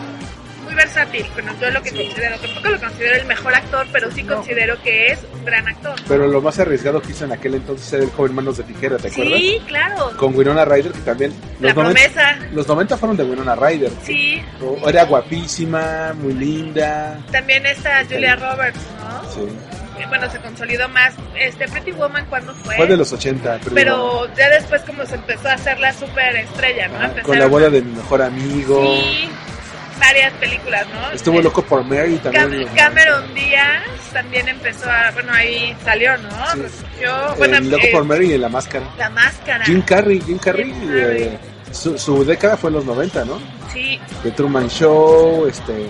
muy versátil. Bueno, yo lo que considero, tampoco lo considero el mejor actor, pero sí considero que es un gran actor.
Pero lo más arriesgado que hizo en aquel entonces era el joven Manos de Tijera, ¿te acuerdas?
Sí, claro.
Con Winona Ryder, que también. 90,
La promesa.
los 90 fueron de Winona Ryder.
Sí,
O- Era guapísima, muy linda.
también está Julia Roberts, ¿no?
Sí.
Eh, Bueno, se consolidó más. Este Pretty Woman, ¿cuándo fue?
Fue de los 80, pero.
Pero ya después como se empezó a hacer la super estrella, ¿no?
Ajá,
Empezaron
con la boda de mi mejor amigo.
Sí, varias películas, ¿no?
Estuvo
Eh,
loco por Mary también.
Cam- Cameron Díaz también empezó a... Bueno, ahí salió, ¿no? Pues,
Sí.
Yo,
El
bueno,
loco
eh,
por Mary y en la máscara.
la máscara.
Jim Carrey, Jim Carrey.
Jim Carrey.
eh, su, su década fue en los 90, ¿no?
Sí,
The Truman Show, este.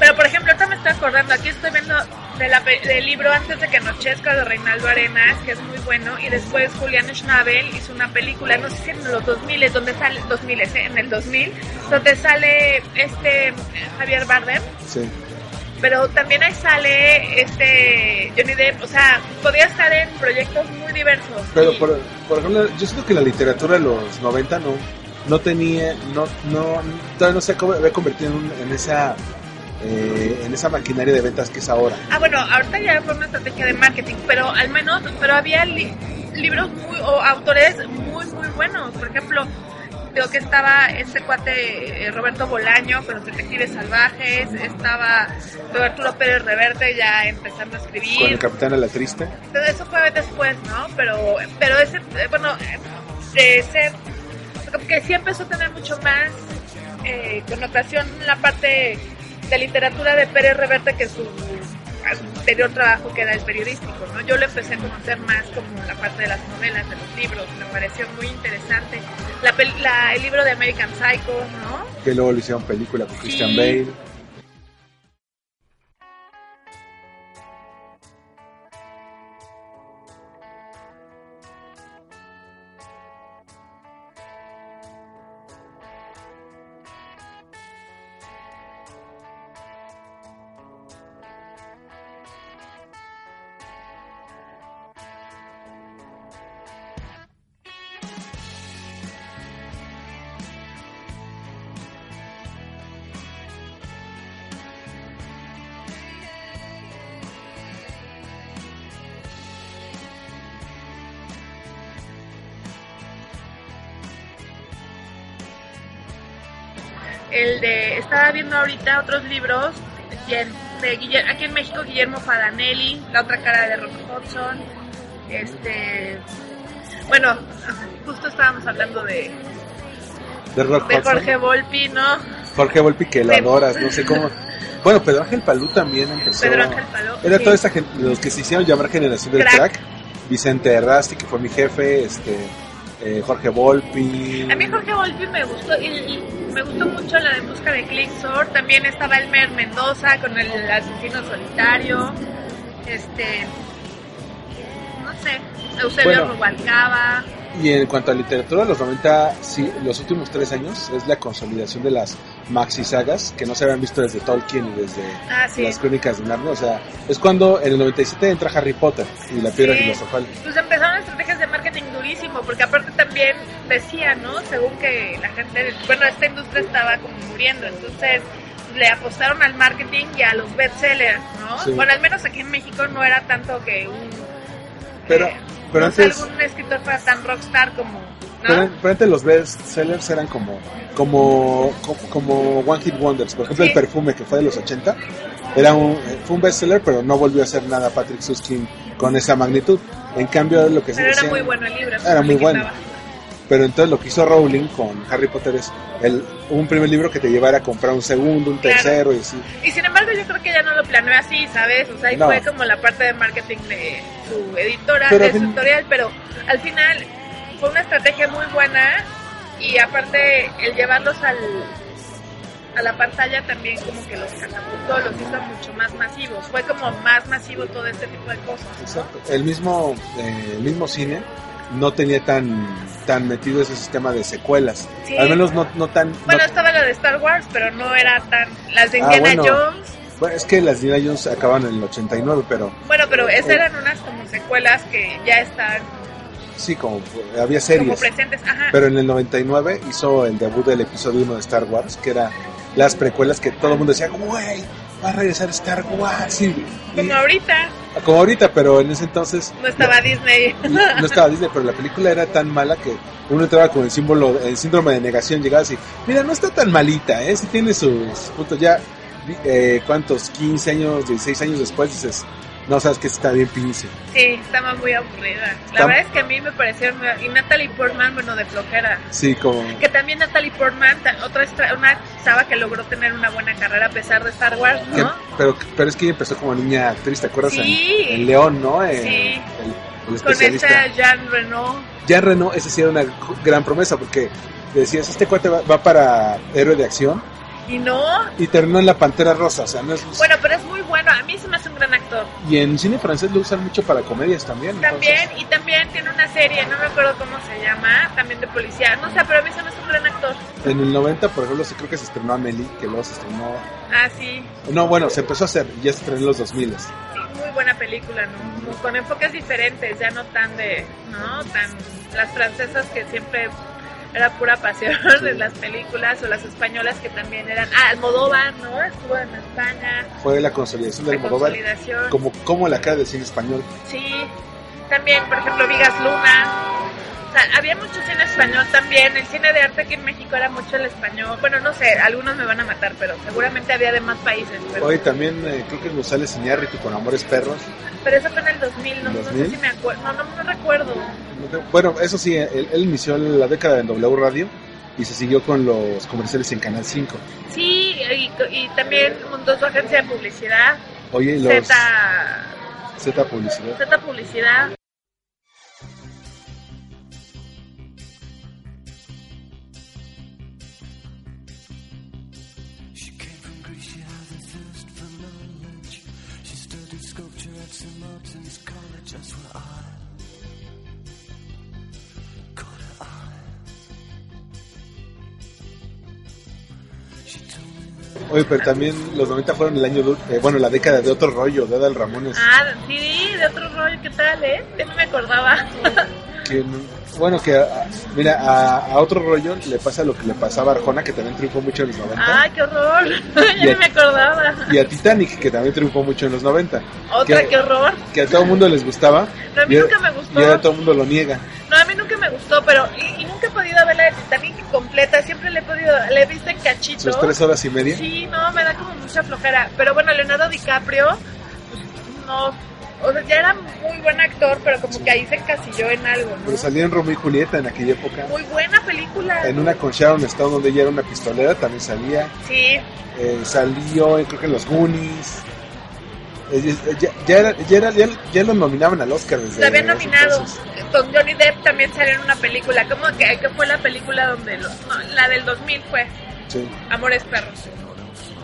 pero por ejemplo, ahorita me estoy acordando, aquí estoy viendo de la pe- del libro Antes de que anochezca de Reinaldo Arenas, que es muy bueno, y después Julián Schnabel hizo una película, no sé si en los 2000, donde sale, 2000, ¿eh? en el 2000, donde sale este eh, Javier Bardem.
Sí.
pero también ahí sale este Johnny Depp, o sea, podía estar en proyectos muy diversos.
Pero
Y-
por, por ejemplo, yo siento que la literatura de los 90 no, no tenía, no, no, todavía no se acaba- había convertido en, un- en esa eh, en esa maquinaria de ventas que es ahora.
Ah, bueno, ahorita ya fue una estrategia de marketing, pero al menos, pero había li- libros muy, o autores muy, muy buenos. Por ejemplo, creo que estaba este cuate eh, Roberto Bolaño con los detectives salvajes, estaba Arturo Pérez Reverte ya empezando a escribir.
Con el Capitán a la Triste.
Pero eso fue después, ¿no? Pero, pero ese, eh, bueno, eh, ese, como que sí empezó a tener mucho más eh, connotación la parte de literatura de Pérez Reverte que su anterior trabajo que era el periodístico, ¿no? Yo lo empecé a conocer más como la parte de las novelas, de los libros, me pareció muy interesante. La, pel- la- el libro de American Psycho, ¿no?
Que luego lo hicieron película con Christian
Sí.
Bale.
el de estaba viendo ahorita otros libros Guillén- de Guille- aquí en México Guillermo Fadanelli la otra cara de Ron Hudson este bueno justo estábamos hablando de,
De Rock
de
Hudson.
Jorge Volpi no
Jorge Volpi, que lo
Sí.
adoras, no sé cómo. Bueno, Pedro Ángel Palú también empezó.
Pedro Ángel Paló,
Era
sí.
toda esta gente, los que se hicieron llamar generación del
Crack.
crack. Vicente Errasti, que fue mi jefe, este eh, Jorge Volpi.
a mí Jorge Volpi me gustó y, y me gustó mucho la de En busca de Clixor también estaba Elmer Mendoza con el asesino solitario este no sé Eusebio
Bueno.
Rubalcaba
Y en cuanto a literatura, los 90, sí, los últimos tres años es la consolidación de las maxi sagas que no se habían visto desde Tolkien y desde
ah sí
las crónicas de Narnia. O sea, es cuando en el 97 entra Harry Potter y la piedra
Sí.
filosofal.
pues empezaron estrategias de marketing durísimo, porque aparte también decía, ¿no? Según que la gente, bueno, esta industria estaba como muriendo, entonces le apostaron al marketing y a los bestsellers, ¿no?
Sí.
Bueno, al menos aquí en México no era tanto que un...
Pero,
eh,
pero
no sé,
antes.
algún escritor fuera tan rockstar como... ¿no?
Pero, pero antes los bestsellers eran como, como, como, como One Hit Wonders. Por ejemplo,
Sí.
el perfume que fue de los 80 era un, eh, fue un bestseller, pero no volvió a hacer nada Patrick Suskin con esa magnitud. En cambio, lo que se
pero era
decía-
muy bueno el libro.
Era muy bueno.
publicitaba.
Pero entonces lo que hizo Rowling con Harry Potter es el, un primer libro que te llevara a comprar un segundo, un
Claro.
tercero y así.
Y sin embargo yo creo que ya no lo planeó así, ¿sabes? O sea, ahí
No.
fue como la parte de marketing de su editora,
Pero
de
al
su
fin-
editorial, pero al final fue una estrategia muy buena Y aparte, el llevarlos al, a la pantalla también como que los catapultó, los hizo mucho más masivos. Fue como más masivo todo este tipo de cosas. ¿no?
Exacto. El mismo, eh, el mismo cine no tenía tan, tan metido ese sistema de secuelas.
Sí.
Al menos no, no tan...
Bueno,
no-
estaba la de Star Wars, pero no era tan... Las de
Ah, bueno.
Indiana Jones.
bueno, es que las Dina Jones acaban en el 89, pero
Bueno, pero esas
Eh.
eran unas como secuelas que ya están
sí, como eh, había
como
series.
presentes. Ajá.
Pero en el 99 hizo el debut del episodio 1 de Star Wars, que era las precuelas que todo el mundo decía, güey, va a regresar Star Wars. Y-
como ahorita
y- como ahorita, pero en ese entonces
no estaba Disney.
no estaba Disney, pero la película era tan mala que uno entraba con el símbolo, el síndrome de negación, llegaba así, mira, no está tan malita, ¿eh? Si tiene sus puntos ya, eh, ¿cuántos? 15 años, 16 años después dices, no sabes que está bien pinche.
Sí, estaba muy aburrida. La
Está-
verdad es que a mí me parecieron... muy- Y Natalie Portman, bueno, de flojera.
Sí, como...
Que también Natalie Portman, ta- otra estra- una chava que logró tener una buena carrera a pesar de Star Wars,
que-
¿no?
pero, pero es que ella empezó como niña actriz, ¿te acuerdas? En-
Sí.
En, León, ¿no? En-
Sí.
El, el
Con
especialista.
esta Jean Renault.
Ya Reno, esa sí era una gran promesa, porque decías, este cuate va, va para héroe de acción,
Y no,
y terminó en La Pantera Rosa, o sea, no es...
bueno, pero es muy bueno. A mí se me hace un gran actor.
Y en cine francés lo usan mucho para comedias también. entonces-
También, y también tiene una serie, no me acuerdo cómo se llama, también de policía. No sé, pero a mí se me hace un gran actor.
En el 90, por ejemplo, sí creo que se estrenó Amelie, que luego se estrenó...
Ah, sí.
No, bueno, se empezó a hacer, y ya se estrenó en los 2000.
sí, muy buena película, ¿no? Muy- Con enfoques diferentes, ya no tan de, ¿no? Tan las francesas que siempre era pura pasión de las películas o las españolas que también eran. Ah, Almodóvar, ¿no? Estuvo en España,
Fue la consolidación del
la
Almodóvar,
consolidación.
como, como la cara del cine español.
Sí, también, por ejemplo, Vigas Luna. O sea, había mucho cine español también. El cine de arte aquí en México era mucho el español. Bueno, no sé, algunos me van a matar, pero seguramente había de más países. Pero,
Hoy también eh, creo que González Iñárritu con Amores Perros.
pero eso fue en el 2000, no, no sé
2000?
si me acuerdo. No, no, no recuerdo.
Bueno, eso sí, eh, él, él inició la década del W Radio y se siguió con los comerciales en Canal 5.
Sí, y, y también montó su agencia de publicidad,
Oye, los
Z,
Z Publicidad.
Z Publicidad.
She came from Greece, she had a thirst for knowledge. She studied sculpture at St. Martin's College. That's where I caught her eye. She told me
Oye, pero también los 90 fueron el año, du- eh, bueno, la década de otro rollo, de Adal Ramones.
Ah, sí, de otro rollo, ¿qué tal, eh? Ya no me acordaba.
que, bueno, que ah, mira, a, a otro rollo le pasa lo que le pasaba a Arjona, que también triunfó mucho en los 90.
Ay, qué horror. Ya
Bien.
no me acordaba.
Y a Titanic, que también triunfó mucho en los 90.
Otra,
que-
qué horror.
Que a todo el mundo les gustaba.
No, a mí
y
nunca me gustó.
Y ahora todo el mundo lo niega.
No, a mí nunca me gustó, pero. Y, y nunca he podido ver la de Titanic completa. Siempre le he podido. Le he visto en cachitos.
Sus tres horas y media.
Sí, no, me da como mucha flojera. Pero bueno, Leonardo DiCaprio, pues, no. O sea, ya era muy buen actor, pero como que ahí se encasilló en algo, ¿no?
Pero salía en Romeo y Julieta en aquella época.
Muy buena película.
En una con Sharon Stone, donde ella era una pistolera, también salía.
Sí,
Eh, salió, eh, creo que en los Goonies. Eh, eh, ya, ya, era- ya, era- ya, ya lo nominaban al Oscar desde
lo habían
ese
nominado.
entonces.
Con Johnny Depp también salió en una película. ¿Cómo que, que fue la película donde.? lo- no, la del 2000 fue
Sí.
Amores Perros.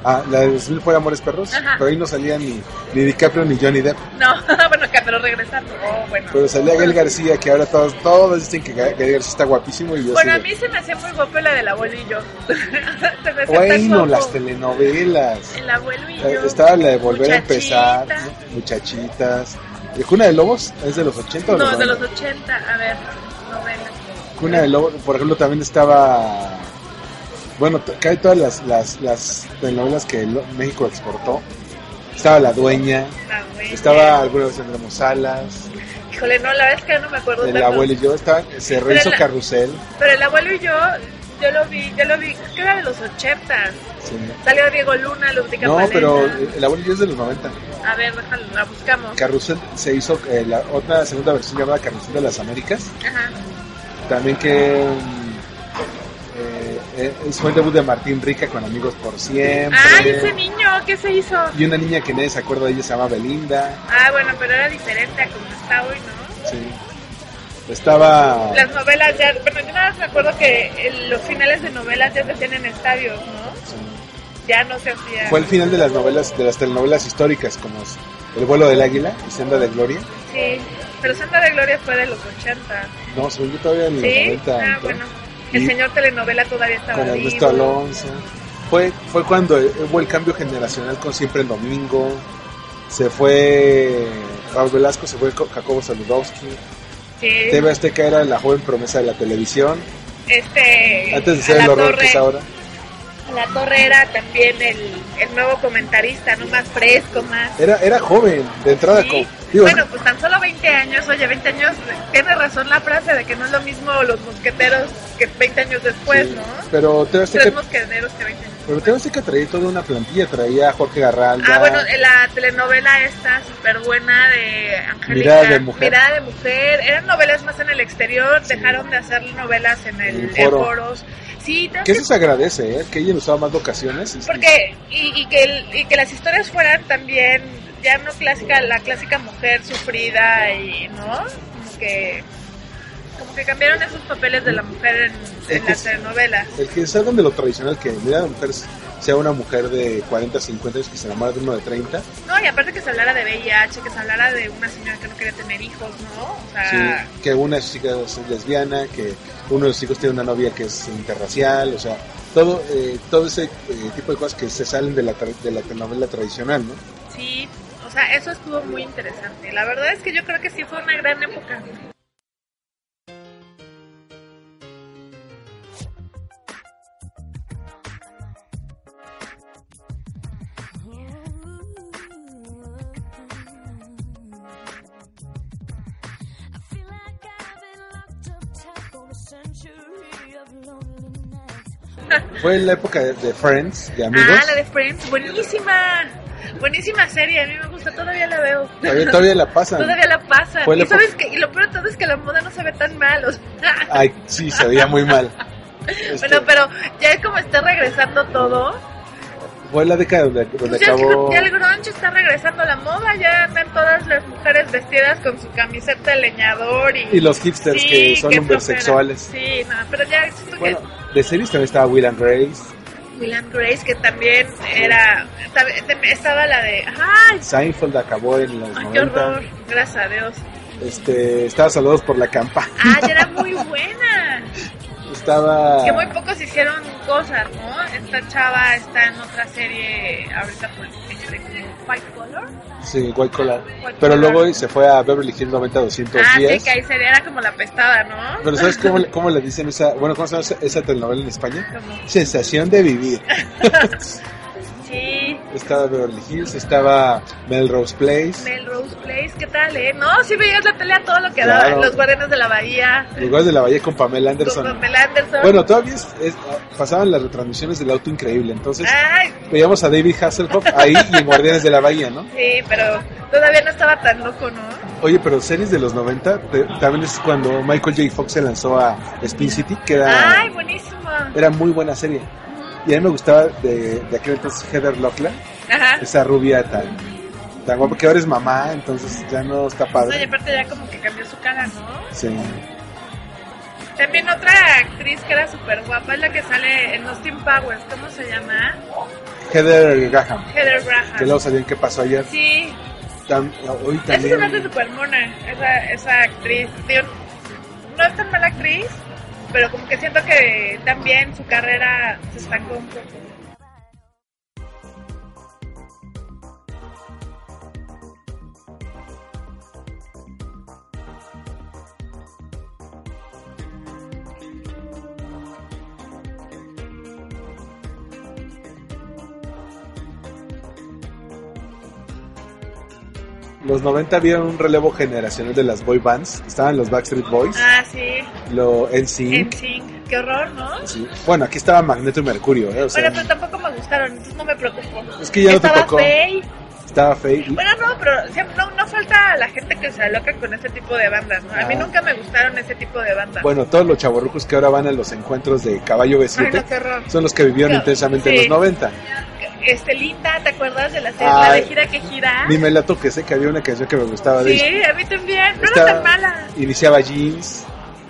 Ah, la de 2000 fue Amores Perros,
Ajá.
pero ahí no salía ni, ni DiCaprio ni Johnny Depp,
No, bueno, que pero regresando. Oh, bueno.
pero salía Gael García, que ahora todos, todos dicen que Ga- Gael García está guapísimo y yo
Bueno, a
así de,
mí se me hacía muy guapo la del abuelo y yo. se me hacía tan
bueno,
guapo.
las telenovelas.
El abuelo y
Eh,
yo.
Estaba la de Volver a
Muchachita.
Empezar, ¿no? Muchachitas. ¿De Cuna de Lobos? ¿Es de los 80 o
No, de
90?
los 80. A ver, novela.
Cuna de Lobos, por ejemplo, también estaba... Bueno, t- casi todas las, las, las telenovelas que lo- México exportó. Estaba La Dueña,
La abuela.
estaba Alguna vez tendremos Salas,
Híjole, no, la verdad es que no me acuerdo
El
tanto.
Abuelo y yo, estaba, se rehizo
la-
Carrusel.
Pero el abuelo y yo, yo lo vi, yo lo vi, creo que era de los 80.
Sí.
Salió Diego Luna, Ludvica
No,
Paleta.
pero el abuelo ya es de los 90.
A ver, déjalo, la buscamos.
Carrusel se hizo eh, la otra segunda versión llamada Carrusel de las Américas.
Ajá.
También que mm, eh, eh, fue el debut de Martín Rica con Amigos por Siempre.
Ay, Ah, ese niño, ¿qué se hizo?
y una niña que nadie se acuerda de ella se llama Belinda.
Ah, bueno, pero era diferente a como está hoy, ¿no?
Sí. Estaba.
Las novelas ya, bueno, yo nada más me acuerdo que el- los finales de novelas ya se hacían en estadios, ¿no? Ya no se hacía.
Fue el final de las novelas, de las telenovelas históricas, como es El vuelo del águila y Senda de Gloria.
Sí, pero Santa de Gloria fue de los 80.
No, según yo todavía en los
¿Sí?
90.
Ah,
entró,
bueno. El
Y-
señor telenovela todavía estaba
Con Ernesto
vivo.
Alonso. Fue, fue cuando hubo el cambio generacional con Siempre el Domingo. Se fue Raúl Velasco, se fue Co- Jacobo Saludowski.
Sí.
TV Azteca era la joven promesa de la televisión.
Este.
Antes de
a
ser el
la
horror que
torre,
es ahora.
La torre era también el, el nuevo comentarista, ¿no? Más fresco, más.
Era, era joven, de entrada.
Sí.
como- digo,
bueno, pues tan solo 20 años, oye, 20 años, tiene razón la frase de que no es lo mismo los mosqueteros que 20 años después,
sí,
pues, ¿no?
Pero TV
Tres
Azteca,
mosqueteros que 20 años.
pero TV Azteca traía toda una plantilla. Traía a Jorge Garralda.
Ah, bueno, eh, la telenovela esta súper buena de Angélica.
Mirada de mujer.
Mirada de mujer. Eran novelas más en el exterior, dejaron de hacer novelas en el,
En el foro.
en foros. Sí, tengo
que
que-
eso se agradece, ¿eh? que hayan usado más locaciones.
porque y, y que el- y que las historias fueran también ya no clásica, la clásica mujer sufrida y no, como que como que cambiaron esos papeles de la mujer en, en
que
las
sí.
telenovelas.
El que salgan de lo tradicional, que mira la mujer sea una mujer de 40, 50 años que se enamora de uno de 30.
No, y aparte que se hablara de VIH, que se hablara de una señora que no quería tener hijos, ¿no? O sea,
Sí, que una chica es lesbiana, que uno de los hijos tiene una novia que es interracial, o sea, todo eh, todo ese eh, tipo de cosas que se salen de la, tra- de la telenovela tradicional, ¿no?
Sí, o sea, eso estuvo muy interesante. La verdad es que yo creo que sí fue una gran época.
I feel like I've been locked up tight for a century of lonely nights.
Fue en la época de, de Friends, de amigos.
Ah, la de Friends, buenísima. Buenísima serie, a mí me gusta, todavía la veo.
Todavía, todavía la pasan.
Todavía la pasan.
Fue la
y sabes que, y lo peor de todo es que la moda no se ve tan mal. o sea.
Ay, sí, se veía muy mal. Este,
bueno, pero ya como está regresando todo,
Fue la década donde, donde
pues ya, es que
acabó.
ya el grunge está regresando a la moda, ya andan todas las mujeres vestidas con su camiseta de leñador y,
Y los hipsters
Sí,
que son
qué
hombres
flojera.
sexuales.
Sí, no, pero ya siento
Bueno,
que
de series también estaba Will and Grace,
Will and Grace, que también era, tab- tem- estaba la de, ay,
Seinfeld acabó en los
ay, qué
90.
horror, gracias a Dios.
Este, estaba Saludos por la Campana.
Ah, ya era muy buena.
Estaba.
Que muy pocos hicieron cosas, ¿no? Esta chava está en otra serie ahorita por este, White Color.
Sí, White Collar.
White
Pero
Collar.
luego se fue a Beverly Hills 90210.
Ah, sí, que ahí sería era como la pestada, ¿no?
Pero ¿sabes cómo le, cómo le dicen esa, bueno, cómo se llama esa, esa telenovela en España?
Como-
Sensación de vivir.
sí,
Estaba Beverly Hills, estaba Melrose Place,
Melrose Place, ¿qué tal, eh? No, sí veías la tele a todo lo que
Claro.
daba, Los Guardianes de la Bahía,
Lugares de la Bahía con Pamela
con
Anderson.
Pamela Anderson.
Bueno, todavía es- es- pasaban las retransmisiones del auto increíble, entonces
Ay,
veíamos a David Hasselhoff ahí y en Guardianes de la Bahía, ¿no?
sí, pero todavía no estaba tan loco, ¿no?
Oye, pero series de los 90, te- también es cuando Michael J. Fox se lanzó a Spin City, que era,
Ay, buenísimo.
era muy buena serie. Y a mí me gustaba de, de aquel entonces Heather Locklear,
Ajá.
esa rubia tan, tan guapa, que ahora es mamá, entonces ya no está
Oye,
padre.
aparte ya como que cambió su cara, ¿no?
Sí.
También otra actriz que era súper guapa es la que sale en Austin Powers, ¿cómo se llama?
Heather Graham,
Heather
que luego
Graham.
sabían qué pasó ayer.
Sí,
Tam- hoy
esa se me hace
también.
súper mona, esa, esa actriz. Digo, no es tan mala actriz, pero como que siento que también su carrera se estancó un poco.
Los 90 había un relevo generacional de las boy bands. Estaban los Backstreet Boys,
Ah, sí,
lo
en
NSYNC.
Sync. Qué horror, ¿no?
sí. Bueno, aquí estaba Magneto y Mercurio, ¿eh? O sea,
Bueno, pero tampoco me gustaron, entonces no me preocupo.
Es que ya no te
Estaba
tocó.
Faye.
estaba Faye.
Bueno, no, pero siempre- no, no falta la gente que se aloca con este tipo de bandas, ¿no? A mí
Ah.
nunca me gustaron ese tipo de bandas.
Bueno, todos los chavorrucos que ahora van a los encuentros de Caballo
Ay, no,
B7
qué horror.
son los que vivieron
Claro,
intensamente
sí.
en los 90.
este, Linda, ¿te acuerdas de la, serie,
Ah,
la de gira que gira?
Ni me la toques, eh, que había una canción que me gustaba de
Sí, a mí también. No
Estaba-
era tan mala.
Iniciaba jeans,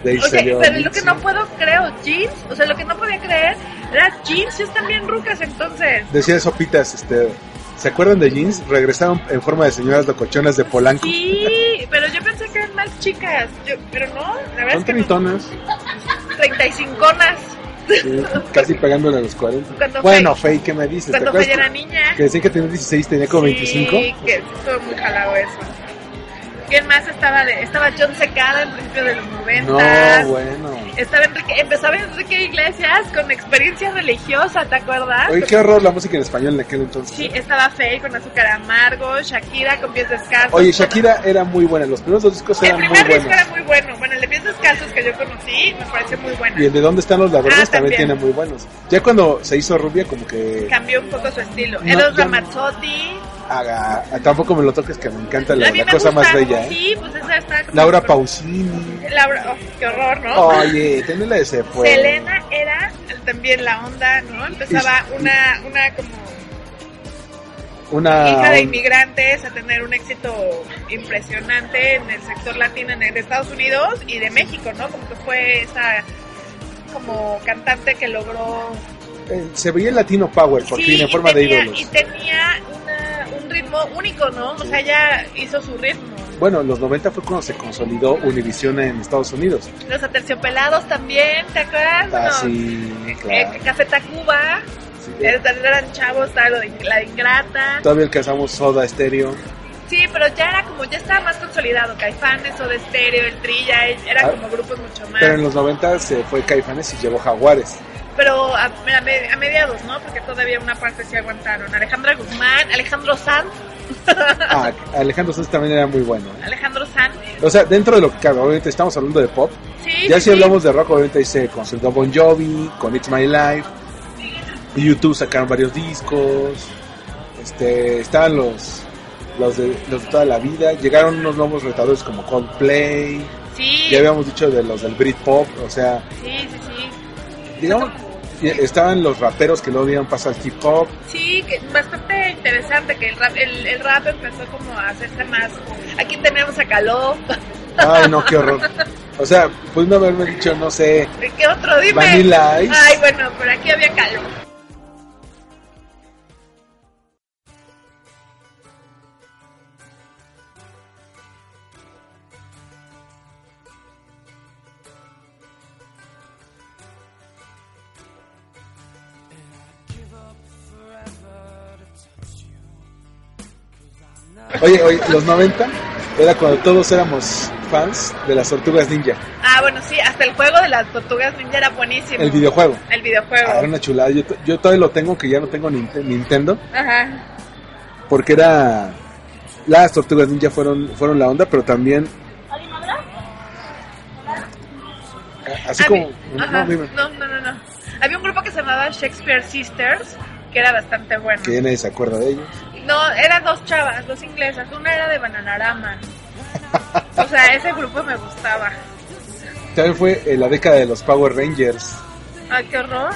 de ahí
O sea,
salió
pero lo que
Dixie.
no puedo creer, jeans, o sea, lo que no podía creer era jeans, están bien rucas entonces.
Decía Sopitas, este, ¿se acuerdan de jeans? Regresaron en forma de señoras locochonas de Polanco.
Sí, pero yo pensé que eran más chicas, yo, pero no, la verdad
Son
es que no,
tritonas,
35onas,
sí, casi pegándole a los 40.
Cuando
bueno, Faye, ¿qué me dices? ¿Te
cuando
acuerdas
fue era
que-
niña.
Que decían que tenía 16, tenía como
Sí,
25.
que estuvo muy jalado eso. ¿Quién más estaba? De, estaba John Secada en principio de los 90.
No, bueno.
Estaba Enrique, empezaba Enrique Iglesias con experiencia religiosa, ¿te acuerdas?
Oye, qué horror la música en español en aquel entonces.
Ah, Sí,
¿eh?
estaba Faye con azúcar amargo, Shakira con pies descalzos.
Oye, Shakira era muy buena, los primeros dos discos
El
eran muy
primer disco era
buenos.
muy bueno. Bueno, el de pies descalzos que yo conocí me pareció muy bueno.
Y el de dónde están los ladrones
Ah,
también,
también.
tiene muy buenos. Ya cuando se hizo rubia, como que
Cambió un poco su estilo.
No,
Eros
ya-
Ramazzotti.
haga, a- tampoco me lo toques, que me encanta la,
a mí
la
me
cosa
gusta.
más bella. ¿eh?
Sí, pues esa está como-
Laura Pausini.
Laura, oh, qué horror, ¿no?
Oye, tenela ese fue.
Selena era también la onda, ¿no? Empezaba una, una como
Una.
hija de inmigrantes a tener un éxito impresionante en el sector latino en el de Estados Unidos y de México, ¿no? Como que fue esa como cantante que logró
eh, se veía el latino power, por fin, en
y
forma de
tenía-
ídolos.
y tenía una- un ritmo único, ¿no? O sea, ella hizo su ritmo.
Bueno, los 90 fue cuando se consolidó Univision en Estados Unidos.
Los aterciopelados también, ¿te acuerdas?
Ah,
Bueno,
sí,
eh,
claro.
Café Tacuba,
sí.
eh, también eran chavos, estaba lo de, la de Ingrata.
Todavía alcanzamos Soda Estéreo.
Sí, pero ya era como, ya estaba más consolidado. Caifanes, o de Estéreo, El Trilla,
Ah,
era como grupos mucho más.
Pero en los 90 se fue Caifanes y llegó Jaguares.
Pero a, a me- a mediados, ¿no? Porque todavía una parte sí aguantaron. Alejandra Guzmán, Alejandro Sanz,
Ah, Alejandro Sanz también era muy bueno. ¿eh?
Alejandro Sanz.
O sea, dentro de lo que cabe, obviamente estamos hablando de pop.
Sí,
Ya
sí,
si
sí.
hablamos de rock, obviamente ahí se consolidó Bon Jovi, con It's My Life. Y YouTube sacaron varios discos. Este, estaban los los de, los de toda la vida. Llegaron unos nuevos retadores como Coldplay.
Sí,
Ya habíamos dicho de los del Britpop, o sea,
sí, sí, sí.
digamos, y- estaban los raperos que luego dieron paso al hip hop.
Sí, que bastante interesante que el rap, el, el rap empezó como a hacerse más. Aquí tenemos a Caló.
Ay, no, qué horror. O sea, pudiendo haberme dicho, no sé,
¿Qué otro? Dime.
Vanilla Ice.
Ay, bueno, pero aquí había Caló.
Oye, oye, los 90 era cuando todos éramos fans de las tortugas ninja,
Ah, bueno, sí, hasta el juego de las tortugas ninja era buenísimo.
el videojuego.
El videojuego.
Ah, era una chulada. Yo, to- yo todavía lo tengo, que ya no tengo Ninte- Nintendo,
Ajá.
porque era. Las tortugas ninja fueron, furon la onda, pero también. A- Así
A
como.
mí-
No,
ajá.
dime.
no, no, no, no. Había un grupo que se llamaba Shakespeare Sisters, que era bastante bueno.
Que ya nadie se acuerda de ellos.
No, eran dos chavas, dos inglesas. Una era de Bananarama. O sea, ese grupo me gustaba.
También fue en la década de los Power Rangers.
Ay, qué horror.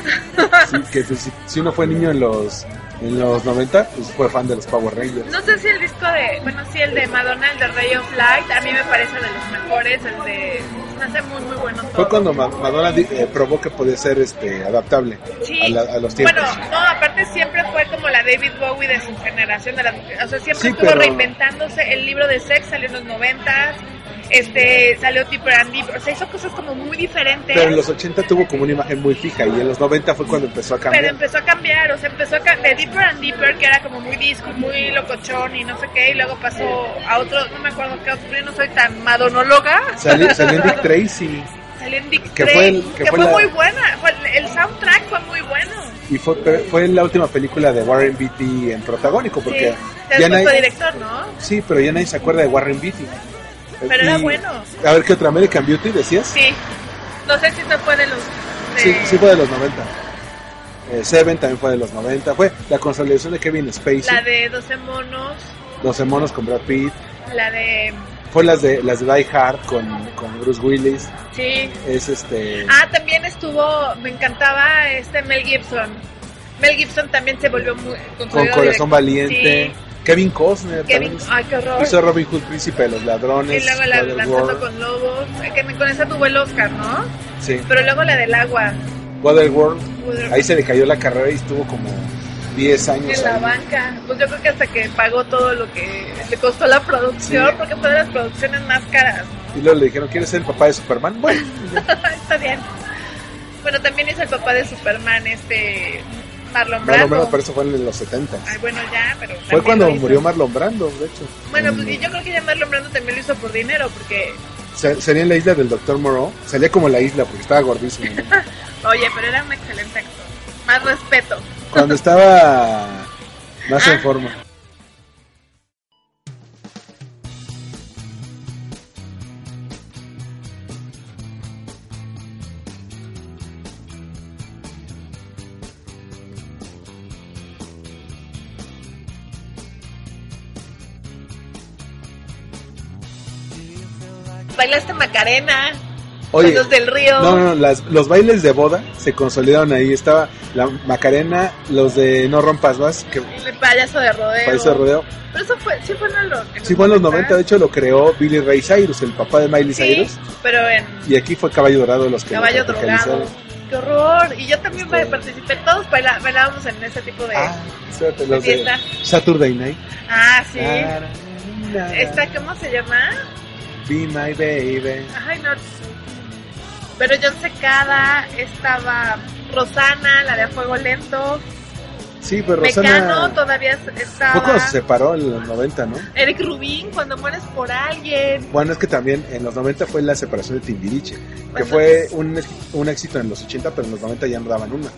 Sí, que pues, si, si uno fue niño en los en los 90, pues fue fan de los Power Rangers.
No sé si el disco de, bueno, sí, el de Madonna, el de Ray of Light, a mí me parece de los mejores, el de, me hace muy, muy bueno todo.
Fue cuando Ma- Madonna di- eh, probó que podía ser este adaptable
Sí.
a, la- a los tiempos.
Bueno, no, aparte siempre fue como la David Bowie de su generación, de las mujeres. o sea, siempre
Sí,
estuvo
pero-
reinventándose, el libro de sex salió en los noventas, este, salió Tipper and Deep, o sea, hizo cosas como muy diferentes.
Pero en los 80 tuvo como una imagen muy fija y en los 90 fue cuando empezó a
Pero
cambiar.
empezó a cambiar, o sea, empezó a ca- de Deeper and Deeper, que era como muy disco, muy locochón y no sé qué, y luego pasó a otro, no me acuerdo qué otro, yo no soy tan madonóloga.
Salió, salió en Dick Tracy
Salió en Dick
Que
Tracy,
fue el- que
que,
fue
fue,
la-
muy buena. fue el- el soundtrack fue muy bueno.
y fue, pero fue la última película de Warren Beatty en protagónico porque
sí,
ya
el
nadie,
puesto director, ¿no?
sí, pero ya nadie se acuerda de Warren Beatty.
Pero era bueno.
A ver qué otra American Beauty decías.
Sí. No sé si no fue de los... de-
Sí, sí fue de los 90. Eh, Seven también fue de los 90. Fue la consolidación de Kevin Spacey,
La de 12 monos,
Los Hermanos con Brad Pitt.
la de...
Fue las de las de Die Hard con, con Bruce Willis.
Sí.
Es este.
Ah, también estuvo, me encantaba este Mel Gibson. Mel Gibson también se volvió muy
Con
consolidado
Corazón
director.
Valiente.
Sí.
Kevin Costner.
Kevin,
también
ay, qué horror.
Hizo Robin Hood, Príncipe de los
Y
Ladrones.
luego la
Brother
lanzando
World.
con lobos. eh, Que con esa tuvo el Oscar, ¿no?
Sí.
Pero luego la del agua. Pues,
Waterworld. Ahí se le cayó la carrera y estuvo como 10 años.
En la
ahí.
banca. Pues yo creo que hasta que pagó todo lo que le costó la producción,
Sí.
porque fue de las producciones más caras.
Y luego le dijeron, ¿quieres ser el papá de Superman? Bueno,
Está bien. Bueno, también es el papá de Superman, este Marlon
Marlon
Brando.
Brando, pero eso fue en los 70.
Ay, bueno, ya, pero...
Fue
también
cuando
lo hizo.
murió Marlon Brando, de hecho.
Bueno,
En-
pues y yo creo que ya Marlon Brando también lo hizo por dinero, porque...
se- Sería en la isla del Doctor Moreau. Salía como la isla porque estaba gordísimo. ¿no?
Oye, pero era un excelente actor. Más respeto.
Cuando estaba más
Ah.
en forma.
Bailaste Macarena.
Oye,
los del río.
no, no, las- los bailes de boda se consolidaron ahí. Estaba la Macarena, los de No Rompas Más, que
El payaso de rodeo.
país de rodeo.
Pero eso fue, sí fue en los, en
Sí, fue en los 90, de hecho lo creó Billy Ray Cyrus, el papá de Miley
Sí,
Cyrus.
pero en
Y aquí fue Caballo Dorado los que lo
caballo
tropicalizaron.
drogado. ¡Qué horror! Y yo también
Este-
participé. Todos baila- bailábamos en ese tipo de...
Ah, espérate, los
De
de
fiesta.
Saturday Night.
Ah, sí.
Tararara,
Esta, ¿cómo se llama?
Be my baby.
Ay, no. Pero John Secada, estaba Rosana, la de A Fuego Lento,
Sí, pero
Mecano
Rosana.
todavía estaba.
Poco se separó en los 90, ¿no?
Eric Rubín, cuando mueres por alguien.
Bueno, es que también en los 90 fue la separación de Timbiriche, que
Bueno.
fue un, un éxito en los 80, pero en los 90 ya no daban una.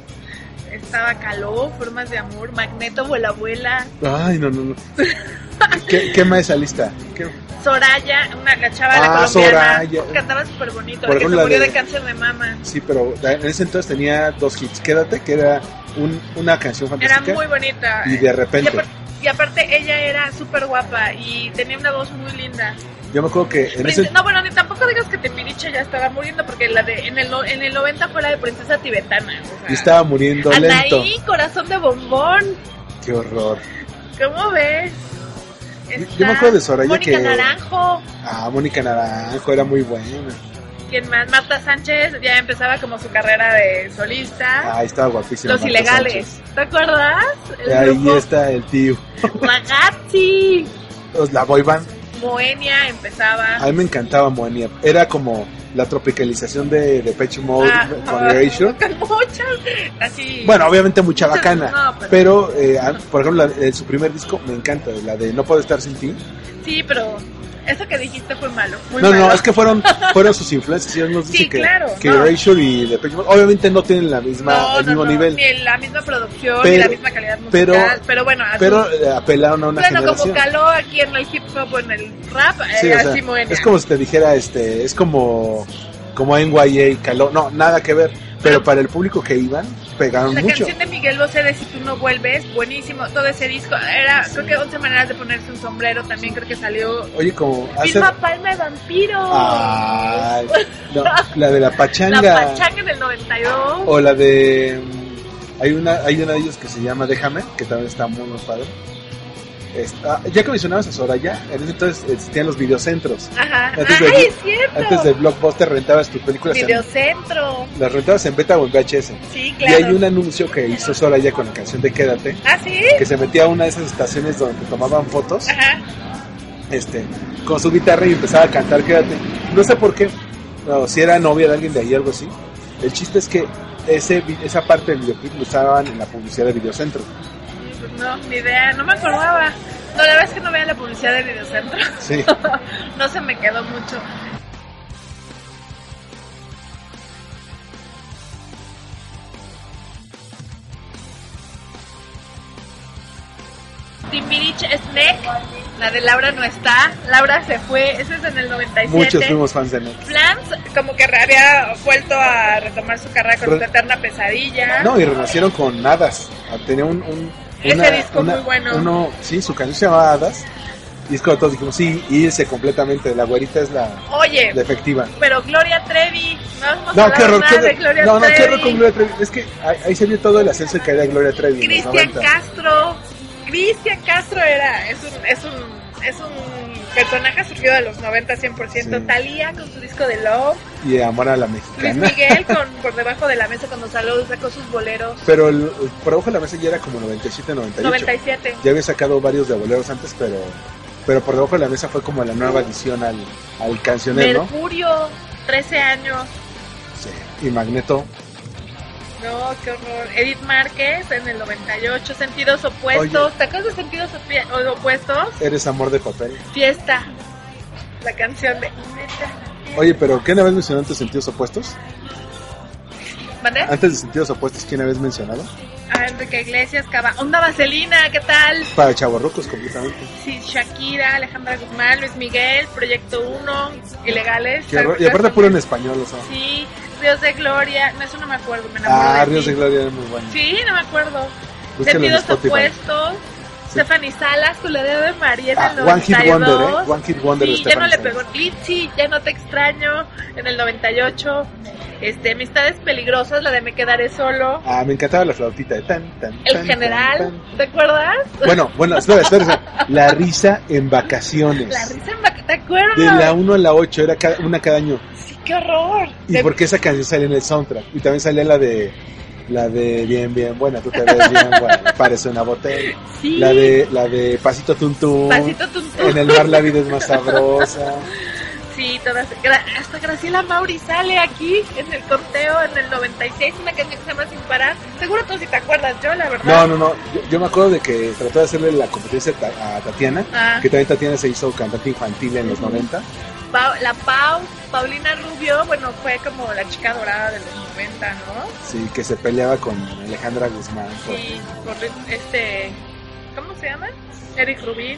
Estaba Caló, Formas de Amor, Magneto, Vuela Abuela,
Ay, no, no, no. ¿Qué, qué más esa lista? ¿Qué?
Soraya, una, la chava
Ah,
la colombiana.
Soraya.
Cantaba súper bonito,
Por
que se
ejemplo, la
murió
de-
de... cáncer de mama.
Sí, pero en ese entonces tenía dos hits. Quédate, que era un- una canción
Era
fantástica.
muy bonita.
y de
Y
repente,
apar- y aparte ella era súper guapa y tenía una voz muy linda.
yo me acuerdo que en
Prince-
ese...
No, bueno, ni tampoco digas que Timbiriche ya estaba muriendo, porque la de en el, no- en el 90 fue la de Princesa Tibetana. o sea.
y estaba muriendo lento.
Anaí, corazón de bombón.
Qué horror.
¿Cómo ves?
Yo-
Está
yo me acuerdo de Soraya
Mónica
que-
Naranjo.
Ah, Mónica Naranjo era muy buena.
¿Quién más? Marta Sánchez ya empezaba como su carrera de solista.
Ah, estaba guapísima.
Los
Marta
ilegales.
Sánchez.
¿Te acuerdas? El
Ahí
grupo
está el tío.
Ragazzi.
Los- La boy band.
Moenia empezaba.
A mí me encantaba Moenia. Era como la tropicalización de, de Pitch Mode
Ah,
con
ah,
Erasure.
con muchas. Así.
Bueno, obviamente mucha bacana.
No,
pero, eh, ah, por ejemplo, la- eh, su primer disco me encanta, la de No Puedo Estar Sin Ti.
Sí, pero eso que dijiste fue malo. Muy
no,
malo.
no, es que fueron, fueron sus influencias. Ellos nos
Sí,
dicen que,
claro,
que
no.
Erasure y The Pitch Mode, obviamente no tienen la misma,
No,
el
no,
mismo
no,
nivel.
Ni la misma producción, ni
Pero-
la misma calidad musical.
pero-
Pero, bueno, así-
Pero eh, apelaron a una
bueno como
generación.
caló aquí en el hip hop o en el rap,
Sí,
eh,
o sea,
así Moenia.
es como si te dijera, este, es como, como NYA, Caló, no, nada que ver, pero para el público que iban, pegaron
Ah. la
mucho.
canción de Miguel Bosé de Si tú no vuelves, buenísimo. Todo ese disco, era, creo que 11 maneras de ponerse un sombrero también, creo que salió.
Oye, como hace...
Vilma Palma de Vampiro.
Ah, Ay, no, la de la
la
pachanga,
Pachanga del 92.
o la de, mm, hay una, hay una de ellos que se llama Déjame, que también está muy muy padre. Está- ya que mencionabas a Soraya, en ese entonces existían los videocentros.
Ajá.
Antes de-
Ay, es cierto.
Antes de Blockbuster rentabas tus películas, en-
Videocentro.
las rentabas en beta o en VHS.
Sí, claro.
Y hay un anuncio que hizo Soraya con la canción de Quédate,
Ah, sí.
que se metía a una de esas estaciones donde tomaban fotos,
Ajá.
este, con su guitarra y empezaba a cantar Quédate. No sé por qué, o si era novia de alguien de ahí algo así. El chiste es que ese, vi- esa parte del videoclip lo usaban en la publicidad de Videocentro.
Pues No, ni idea, no me acordaba. No, la verdad es que no veía la publicidad de Videocentro.
Sí.
no se me quedó mucho. Timbirich Snack, la de Laura no está, Laura se fue, ese es en el 97.
Muchos fuimos fans de Next.
Flans como que había vuelto a retomar su carrera con
Re-
su eterna pesadilla.
No, y renacieron con Hadas. Ah, Tenía un. un
Ese disco muy bueno.
uno- sí, su canción se llamaba Hadas. Y es cuando todos dijimos, sí, irse completamente. La güerita es la,
Oye,
la efectiva.
pero Gloria Trevi, no hemos
No,
hablado
qué horror.
nada
qué
de Gloria
horror. No, no,
Trevi.
qué horror con Gloria Trevi. Es que ahí, ahí se vio todo el ascenso y caída de Gloria Trevi. en los
Cristian
90.
Castro, Cristian Castro era, es un, es un, es un personaje surgido de los 90 100%,
Sí.
Talía con su disco de Love,
Y Amor a la
Luis
Mexicana.
Miguel con por debajo de la mesa cuando salió sacó sus boleros,
Pero el, el- por abajo de la mesa ya era como 97, 98.
97.
Ya había sacado varios de boleros antes, pero pero por debajo de la mesa fue como la nueva adición al, al cancionero.
Mercurio, 13 años.
Sí. Y Magneto.
No, qué horror. Edith Márquez en el 98, Sentidos Opuestos. ¿Te acuerdas de Sentidos Opie- o- Opuestos?
Eres amor de papel.
Fiesta. La canción de... Neta.
Oye, pero ¿quién habías mencionado antes de sentidos opuestos?
¿Mandé?
Antes de sentidos opuestos, ¿quién habías mencionado?
A Enrique Iglesias, Cava. Onda Vaselina, ¿qué tal?
Para chavorrucos completamente.
Sí, Shakira, Alejandra Guzmán, Luis Miguel, Proyecto 1, Ilegales.
Qué horror. Y aparte puro en español, o sea.
Sí, Ríos de Gloria. No, eso no me acuerdo, me enamoro
Ah,
de
Ríos
ti.
de Gloria es muy bueno.
Sí, no me acuerdo.
Búsquenlo en
Sentidos
Spotify.
opuestos. Stephanie Salas, tu dedo de María
Ah,
en el
One Hit
92.
Wonder, ¿eh? One Hit Wonder de
Sí, ya no
Stephanie
le
Salas.
pegó Litzy, ya no te extraño en el 98. Este, Amistades peligrosas, la de Me quedaré solo.
Ah, me encantaba la flautita de tan, tan, tan,
El
tan,
general,
tan.
¿te acuerdas?
Bueno, bueno, espera, espera, espera. La risa en vacaciones.
La risa en vaca- ¿te acuerdas?
De la 1 a la 8, era cada- una cada año.
Sí, qué horror.
Y
De-
porque esa canción salía en el soundtrack. Y también salía la de. La de bien, bien buena, tú te ves bien buena, parece una botella.
sí,
La de, Eh. la de Pasito Tuntún.
Pasito Tuntún.
En el mar la vida es más sabrosa.
Sí, todas. gra- Hasta Graciela Mauri sale aquí en el conteo en el 96, una canción que se llama Sin Parar. Seguro tú sí te acuerdas, yo la verdad.
No, no, no. Yo, yo me acuerdo de que trató de hacerle la competencia ta- a Tatiana.
Ah.
Que también Tatiana se hizo cantante infantil en los 90.
Pau- la Pau, Paulina Rubio, bueno, fue como la chica dorada de los 90, ¿no?
Sí, que se peleaba con Alejandra Guzmán. por-
Sí, Pues, por este, ¿cómo se llama? Eric Rubín,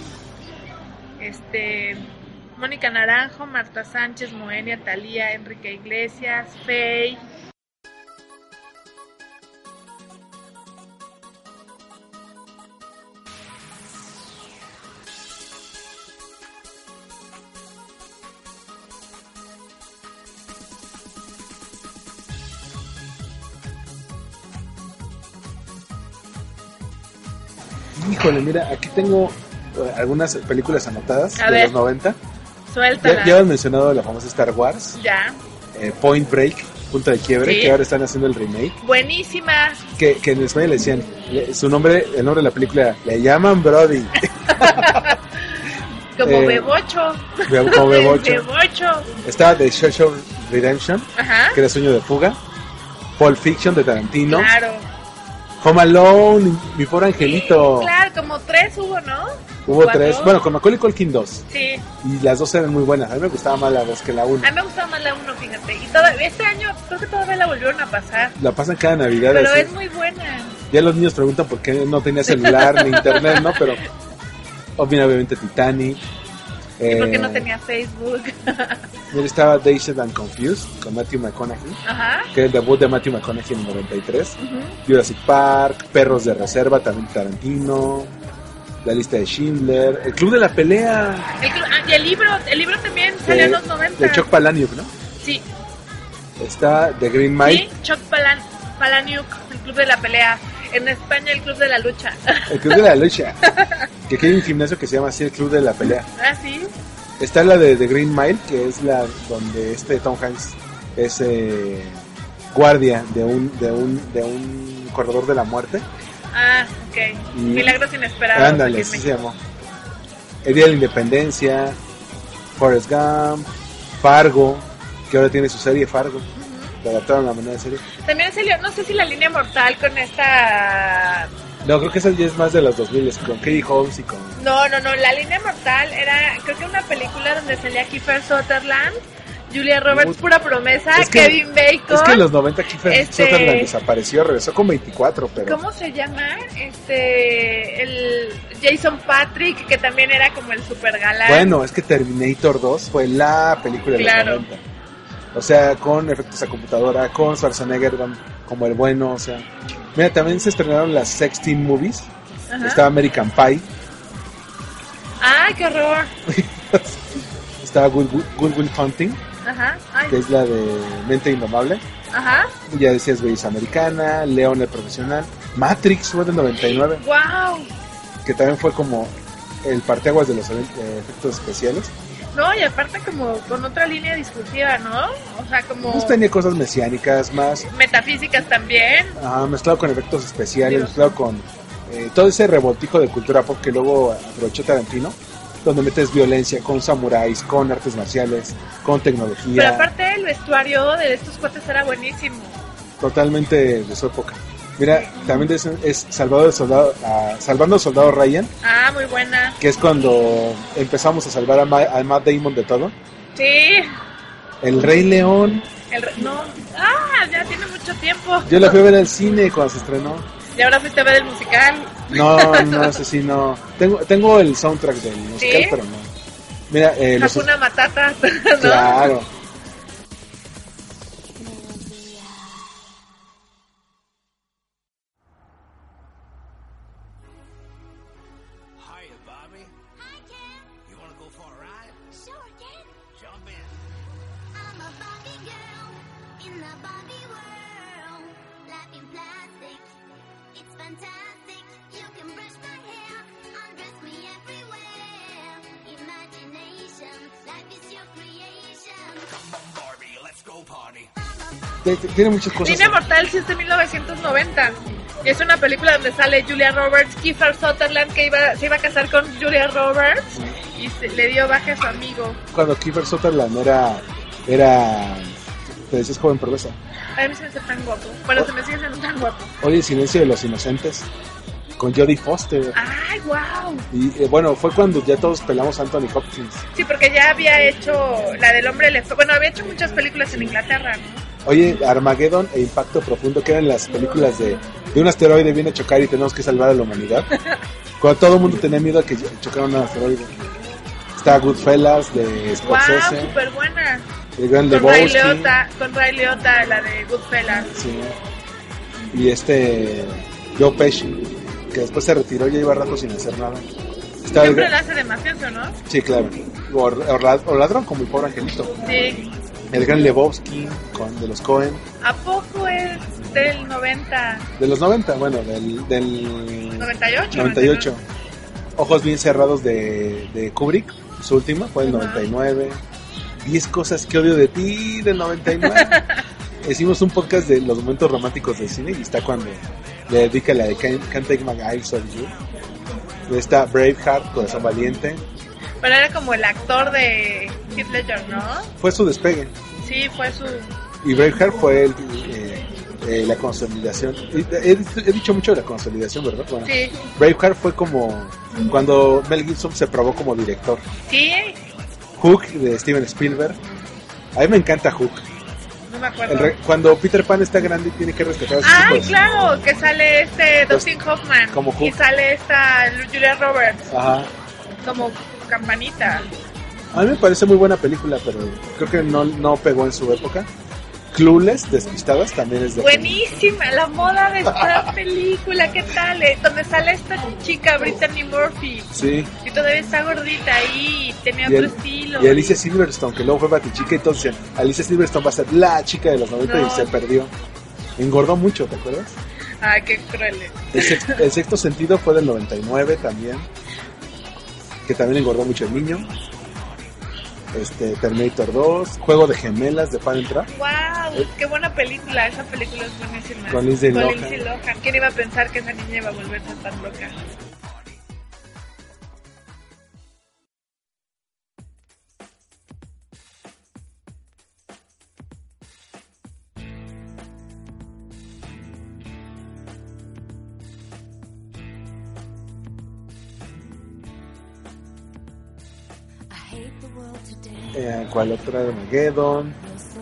este, Mónica Naranjo, Marta Sánchez, Moenia, Talía, Enrique Iglesias, Faye.
Híjole, mira, aquí tengo eh, algunas películas anotadas
A
de
ver.
los 90. Ya,
Suéltala.
ya hemos mencionado la famosa Star Wars,
Ya.
eh, Point Break, Punto de Quiebre,
Sí.
que ahora están haciendo el remake.
Buenísima.
Que, que en España le decían, le- su nombre, el nombre de la película, le llaman Brody,
Como
Eh,
Bebocho.
como como Bebocho.
Bebocho.
Estaba The Social Redemption,
Ajá.
que era Sueño de Fuga. Pulp Fiction de Tarantino.
Claro.
Home Alone, Mi Pobre Angelito.
Claro, como tres hubo, ¿no?
Hubo
Cuatro.
tres. Bueno, con Macaulay Culkin dos.
Sí.
Y las dos eran muy buenas. A mí me gustaba más la dos que la uno.
A mí me gustaba más la 1, fíjate. Y toda- este año creo que todavía la volvieron a pasar.
La pasan cada Navidad.
Pero
así.
es muy buena.
Ya los niños preguntan por qué no tenía celular ni internet, ¿no? Pero obviamente Titanic.
Y
eh,
porque no tenía Facebook.
mira, estaba Dazed and Confused con Matthew McConaughey,
Ajá.
que era el debut de Matthew McConaughey en el 93.
Ujú.
Jurassic Park, Perros de Reserva, también Tarantino. La lista de Schindler, El Club de la Pelea
El clu- ah, y el libro, el libro también salió en los 90.
de Chuck Palahniuk, ¿no?
Sí.
Está The Green Mile,
Sí, Chuck Palan Palaniuk, el club de la pelea. En España, el club de la lucha.
El Club de la Lucha, que aquí hay un gimnasio que se llama así El Club de la Pelea.
ah, sí.
Está la de The Green Mile, que es la donde este Tom Hanks es eh, guardia de un, de un, de un corredor de la muerte.
Ah, ok.
Y-
Milagros inesperados.
Ándale,
aquí en
así se
México.
llamó. El Día de la Independencia, Forrest Gump, Fargo, que ahora tiene su serie Fargo. La adaptaron a manera de serie.
También salió, no sé si la línea mortal con esta
No, creo que esa ya es más de los 2000, es con Katie Holmes y con...
No, no, no, La Línea Mortal era, creo que una película donde salía Kiefer Sutherland, Julia Roberts,
Uy.
pura promesa,
Es que-
Ah, Kevin Bacon.
Es que en los 90 Kiefer
Este-
Sutherland desapareció, regresó con 24, pero...
¿Cómo se llama? Este, el Jason Patrick, que también era como el super galán.
Bueno, es que Terminator 2 fue la película de
Claro.
los 90. O sea, con efectos a computadora, con Schwarzenegger don- como el bueno, o sea. Mira, también se estrenaron las 16 movies. Estaba American Pie.
¡Ay, qué horror!
Está Good, Will- Good Will Hunting,
Ajá, ay,
que es la de Mente Indomable.
ajá.
Ya decías Belleza Americana, León el Profesional, Matrix fue del 99,
¡Wow!
que también fue como el parteaguas de los event- eh, efectos especiales.
No, y aparte como con otra línea discursiva, ¿no? O sea, como
Pues tenía cosas mesiánicas más,
metafísicas también.
ajá, mezclado con efectos especiales,
Digo.
mezclado con eh, todo ese revoltijo de cultura pop que luego aprovechó Tarantino, donde metes violencia con samuráis, con artes marciales, con
Pero
tecnología,
aparte el vestuario de estos cuates era buenísimo.
totalmente de su época. Mira, también es, es Salvador el Soldado, ah, Salvando al Soldado Ryan,
Ah, muy buena.
que es cuando empezamos a salvar a, Ma- a Matt Damon de todo.
Sí.
El Rey León,
El re- no. Ah, ya tiene mucho tiempo.
yo la fui a ver al cine cuando se estrenó.
Y ahora fuiste a ver el musical.
No, no, ese sí no. Tengo, tengo el soundtrack del musical,
¿Sí?
pero no. Mira, eh, los-
Hakuna Matata, ¿no?
Claro.
Hiya, Bobby.
Hi, Ken.
You want to go for a ride?
Sure, Ken.
Jump in.
I'm a Barbie girl in the Barbie world. Life in plastic, it's fantastic. You can brush my hair, undress me everywhere. Imagination, life is your creation.
Barbie, let's go party.
Te- te- Tiene muchas cosas.
Línea Mortal sí es de 1990. Y es una película donde sale Julia Roberts, Kiefer Sutherland, que iba, se iba a casar con Julia Roberts y se- le dio baja a su amigo.
Cuando Kiefer Sutherland era. era te decías joven perversa.
A mí se me hace tan guapo. Bueno, se me sigue siendo tan guapo.
Hoy el silencio de los inocentes. Con Jodie Foster.
¡Ay, wow!
Y eh, bueno, fue cuando ya todos pelamos a Anthony Hopkins.
Sí, porque ya había hecho la del hombre elefante. Bueno, había hecho muchas películas en Inglaterra, ¿no?
Oye, Armageddon e Impacto Profundo, que eran las películas de, de un asteroide viene a chocar y tenemos que salvar a la humanidad. Cuando todo el mundo tenía miedo a que chocara un asteroide. Está Goodfellas de
¡Wow!
Scorsese,
¡Súper buena!
el Gran
Con Ray
Lebowski.
Liotta, con Ray Liotta, la de Goodfellas.
sí. Y este Joe Pesci, que después se retiró y ya iba rato sin hacer nada. Está el,
Siempre la
gran-
hace de mafioso, ¿no?
sí, claro. O, o la- o ladrón como el pobre angelito.
Sí.
El Gran Lebowski con, de los Cohen.
¿A poco es del 90?
De los 90, bueno, del, del
98.
98. Ojos bien cerrados de, de Kubrick, su última, fue el
Ajá.
99. 10 cosas que odio de ti del 99. Hicimos un podcast de los momentos románticos del cine y está cuando le dedica la de Can't, Can't Take My Eyes Off You. Está Braveheart, Corazón Valiente.
Pero era como el actor de Heath Ledger, ¿no?
Fue su despegue.
Sí, fue su...
Y Braveheart fue el, eh, eh, la consolidación. eh, He, he- he dicho mucho de la consolidación, ¿verdad? Bueno,
Sí,
Braveheart fue como cuando Mel Gibson se probó como director.
sí,
Hook de Steven Spielberg. A mí me encanta Hook.
no me acuerdo.
El re- cuando Peter Pan está grande y tiene que rescatar a sus
Ah,
hijos.
claro, que sale este Dustin Hoffman
pues, como Hook.
y sale esta Julia Roberts
Ajá.
como campanita.
A mí me parece muy buena película, pero creo que no, no pegó en su época. Clueless, Despistadas, también es de...
Buenísima la moda de esta película, ¿qué tal? eh? Donde sale esta chica Brittany Murphy
Sí.
y todavía está gordita ahí, y tenía
Y,
otro
Al-
estilo.
y Alicia Silverstone, que luego fue Batichica, entonces decían, Alicia Silverstone va a ser la chica de los 90
No.
y se perdió. Engordó mucho, ¿te acuerdas?
Ay, qué cruel.
El sexto, el sexto sentido fue del 99 también. Que también engordó mucho el niño. Este, Terminator 2, Juego de Gemelas de Pan Trap.
¡Wow! ¡Qué buena película! Esa película es buenísima.
Con Lindsay Lohan.
Lindsay Lohan. ¿Quién iba a pensar que esa niña iba a volverse tan loca?
Eh, ¿Cuál otra? Armageddon,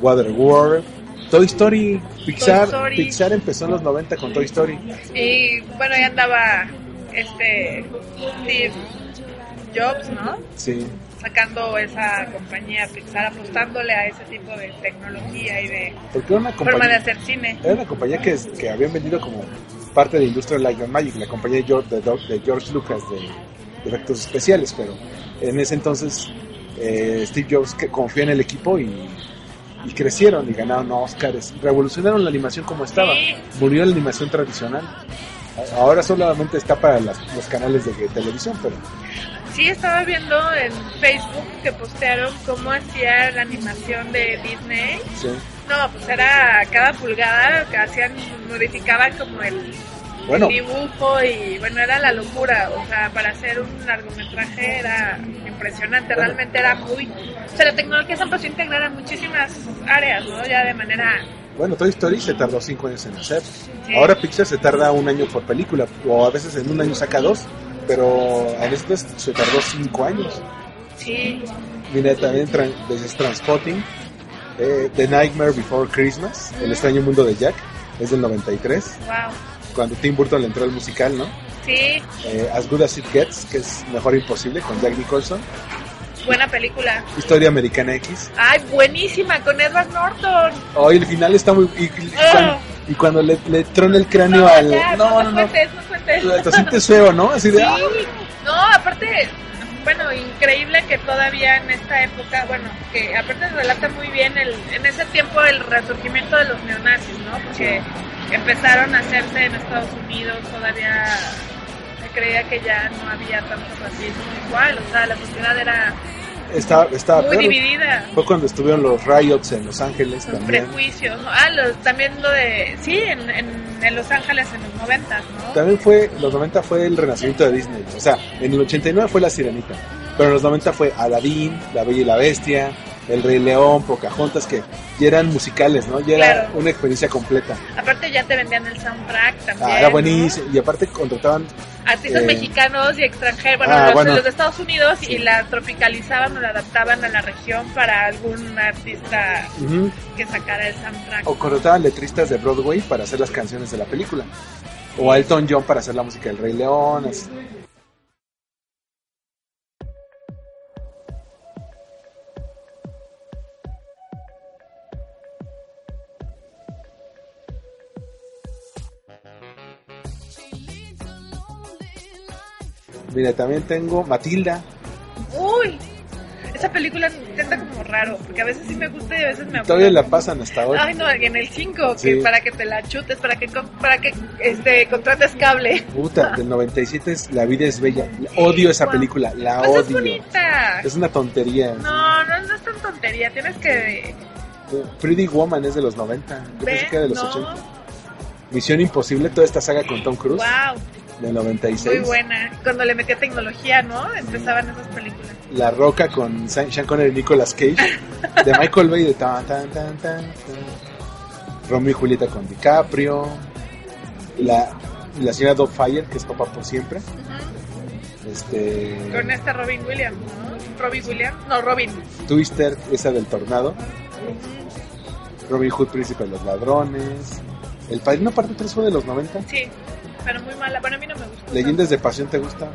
Waterworld, Toy Story, Pixar.
Story.
Pixar empezó en los 90 con Toy Story.
Y bueno, ahí andaba este Steve Jobs, ¿no?
Sí.
Sacando esa compañía Pixar, apostándole a ese tipo de tecnología y de
Porque era una
forma de
compañía, ¿Eh?
hacer cine.
era una compañía que, que habían vendido como parte de Industrial Light and Magic, la compañía de George, de, Doc- de George Lucas de efectos especiales, pero en ese entonces eh, Steve Jobs que confió en el equipo y, y crecieron y ganaron Oscars, revolucionaron la animación como estaba,
Sí.
murió la animación tradicional. A- Ahora solamente está para las- los canales de televisión, pero
Sí, estaba viendo en Facebook que postearon cómo hacía la animación de Disney.
sí,
No, pues era cada pulgada que hacían, modificaban como el,
bueno,
el dibujo y bueno, era la locura. O sea, para hacer un largometraje era impresionante,
Bueno.
realmente era muy... O sea, la tecnología se empezó a integrar en muchísimas áreas, ¿no? Ya de manera...
bueno, Toy Story se tardó cinco años en hacer.
Sí.
Ahora Pixar se tarda un año por película, o a veces en un año saca dos, pero a veces se tardó cinco años.
Sí,
Viene también tran- desde Transpotting, eh, The Nightmare Before Christmas, El extraño mundo de Jack, es del 93,
wow.
cuando Tim Burton le entró al musical, ¿no?
Sí,
Eh, as Good As It Gets, que es Mejor Imposible, con Jack Nicholson,
buena película.
Historia Americana X.
Ay, buenísima, con Edward Norton.
Hoy el final está muy... Y, y cuando, y cuando le, le trona el cráneo
No,
al...
ya,
No,
no,
no, no.
cuentes, no cuentes.
Te sientes feo, ¿no? Así de...
Sí.
"Ah".
No, aparte, bueno, increíble que todavía en esta época, bueno, que aparte relata muy bien el, en ese tiempo el resurgimiento de los neonazis, ¿no? Porque empezaron a hacerse en Estados Unidos, todavía se creía que ya no había tanto racismo igual, o sea, la sociedad era
Estaba, estaba
muy
peor.
dividida.
Fue cuando estuvieron los riots en Los Ángeles
Los
también.
prejuicios, ¿no? Ah, los, también lo de, sí, en, en, en Los Ángeles en los noventas, ¿no?
También fue, los 90 fue el renacimiento de Disney. O sea, en el 89 fue La Sirenita. Pero en los 90 fue Aladdin, La Bella y la Bestia, El Rey León, Pocahontas, que ya eran musicales, ¿no? Ya era
Claro.
una experiencia completa.
Aparte ya te vendían el soundtrack también.
Ah, era
¿no?
buenísimo. Y aparte contrataban,
artistas
Eh,
mexicanos y extranjeros, bueno,
ah,
los,
bueno.
los de Estados Unidos y la tropicalizaban o la adaptaban a la región para algún artista
ujú,
que sacara el soundtrack.
o contrataban letristas de Broadway para hacer las canciones de la película. O a Elton John para hacer la música del Rey León. así. Mira, también tengo Matilda.
Uy, esa película intenta como raro, porque a veces sí me gusta y a veces me
Todavía la
aburre.
pasan hasta hoy.
Ay, no, en el 5,
Sí.
que para que te la chutes, para que co- para que este contrates cable.
Puta, del 97 es La vida es bella. Odio esa
Wow.
película, la
Pues es
odio.
bonita.
Es una tontería.
No, no, no es tan tontería, tienes que
Pretty Woman es de los 90. Yo pensé
ver,
que era de los
no.
80. Misión Imposible, toda esta saga con Tom Cruise
Wow,
del
muy
96.
buena. Cuando le metía tecnología, ¿no? Empezaban esas películas.
La Roca con Sa- Sean Connery y Nicolas Cage. de Michael Bay de tan, tan, tan, tan, tan. Romeo y Julieta con DiCaprio. La, la señora Dogfire, que es papá por siempre. Este.
Con esta Robin Williams, ¿no? Robin Williams, no, Robin.
Twister, esa del tornado. Robin Hood, Príncipe de los Ladrones. El Padrino Parte 3 fue de los 90.
Sí, pero muy mala. Bueno, a mí no me gusta.
Leyendas de Pasión, ¿te gusta?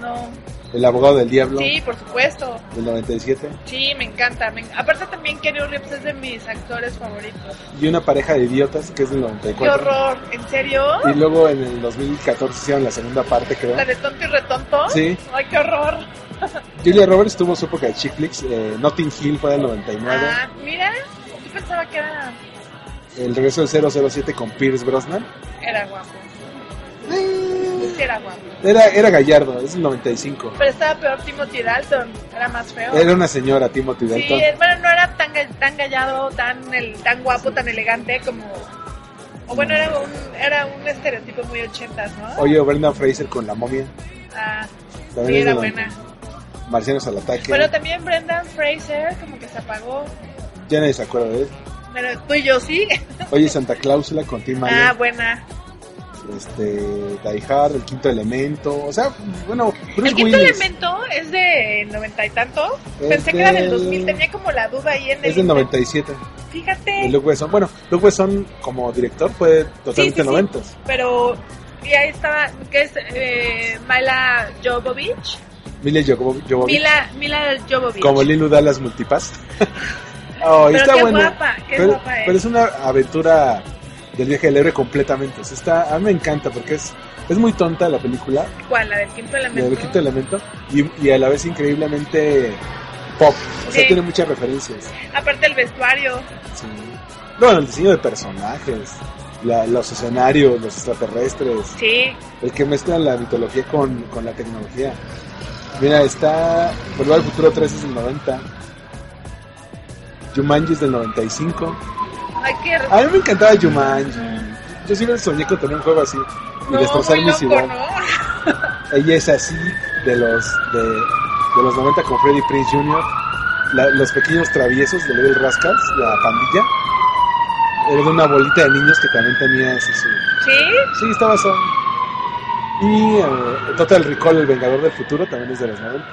No.
El Abogado del Diablo,
Sí, por supuesto.
del 97.
Sí, me encanta. me en- Aparte también Keanu Reeves es de mis actores favoritos.
Y una pareja de idiotas, que es del
¡Qué
94.
horror! ¿En serio?
Y luego en el 2014 hicieron la segunda parte, creo.
¿La de tonto y retonto?
Sí.
¡Ay, qué horror!
Julia Roberts tuvo su época de chick flicks. eh, Notting Hill fue del 99.
Ah, mira. Yo pensaba que era,
El regreso del 007 con Pierce Brosnan.
era guapo. Sí, era guapo.
Era, era Gallardo, es el 95.
Pero estaba peor Timothy Dalton. Era más feo.
Era una señora, Timothy
Sí,
Dalton.
es- bueno, no era tan, ga- tan gallado, tan el, tan guapo, tan elegante como... O bueno, era un, era un estereotipo muy ochentas, ¿no?
Oye, Brenda Fraser con la momia.
Ah,
También
sí,
es
era
del
buena.
Marcianos al ataque.
Bueno, también Brendan Fraser como que se apagó,
ya nadie se acuerda de él.
pero tú y yo sí.
Oye, Santa Cláusula con Tim
Ah,
Allen.
buena.
este, Die Hard, El Quinto Elemento. O sea, bueno, Bruce
El quinto
Willis
elemento es de noventa y tanto.
Es
Pensé que era del
del-
2000, tenía como la duda ahí en el...
Este es del 97. De
Fíjate,
Luke Besson. Bueno, Luke Besson como director fue
Sí, sí,
totalmente
sí.
90.
pero... Y ahí estaba, que es eh, Mila Jovovich.
Mila Jovo- Jovovich.
Mila, Mila Jovovich.
Como Lilu Dallas Multipass. oh,
Pero
está
qué
bueno.
guapa, qué
pero,
guapa es.
pero es una aventura del viaje del héroe completamente. O sea, está, a mí me encanta porque es, es muy tonta la película,
¿Cuál? ¿La del quinto
la
elemento?
del quinto elemento, y, y a la vez increíblemente pop. O sea,
Sí.
tiene muchas referencias.
Aparte el vestuario.
Sí. Bueno, el diseño de personajes, la- los escenarios, los extraterrestres,
Sí.
el que mezcla la mitología con, con la tecnología. Mira, está Volver al Futuro 3 es del 90. Jumanji es del 95.
Ay, qué hermoso.
A mí me encantaba Jumanji. Yo siempre soñé con tener un juego así y destrozar
muy
mi
loco,
ciudad.
¿no?
Ella es así de los de, de los 90 con Freddy Prince Jr. la- los pequeños traviesos de Little Rascals, la pandilla. Era de una bolita de niños que también tenía así su,
Sí.
Sí, está basado. Y eh, Total Recall, El Vengador del Futuro, también es de los 90.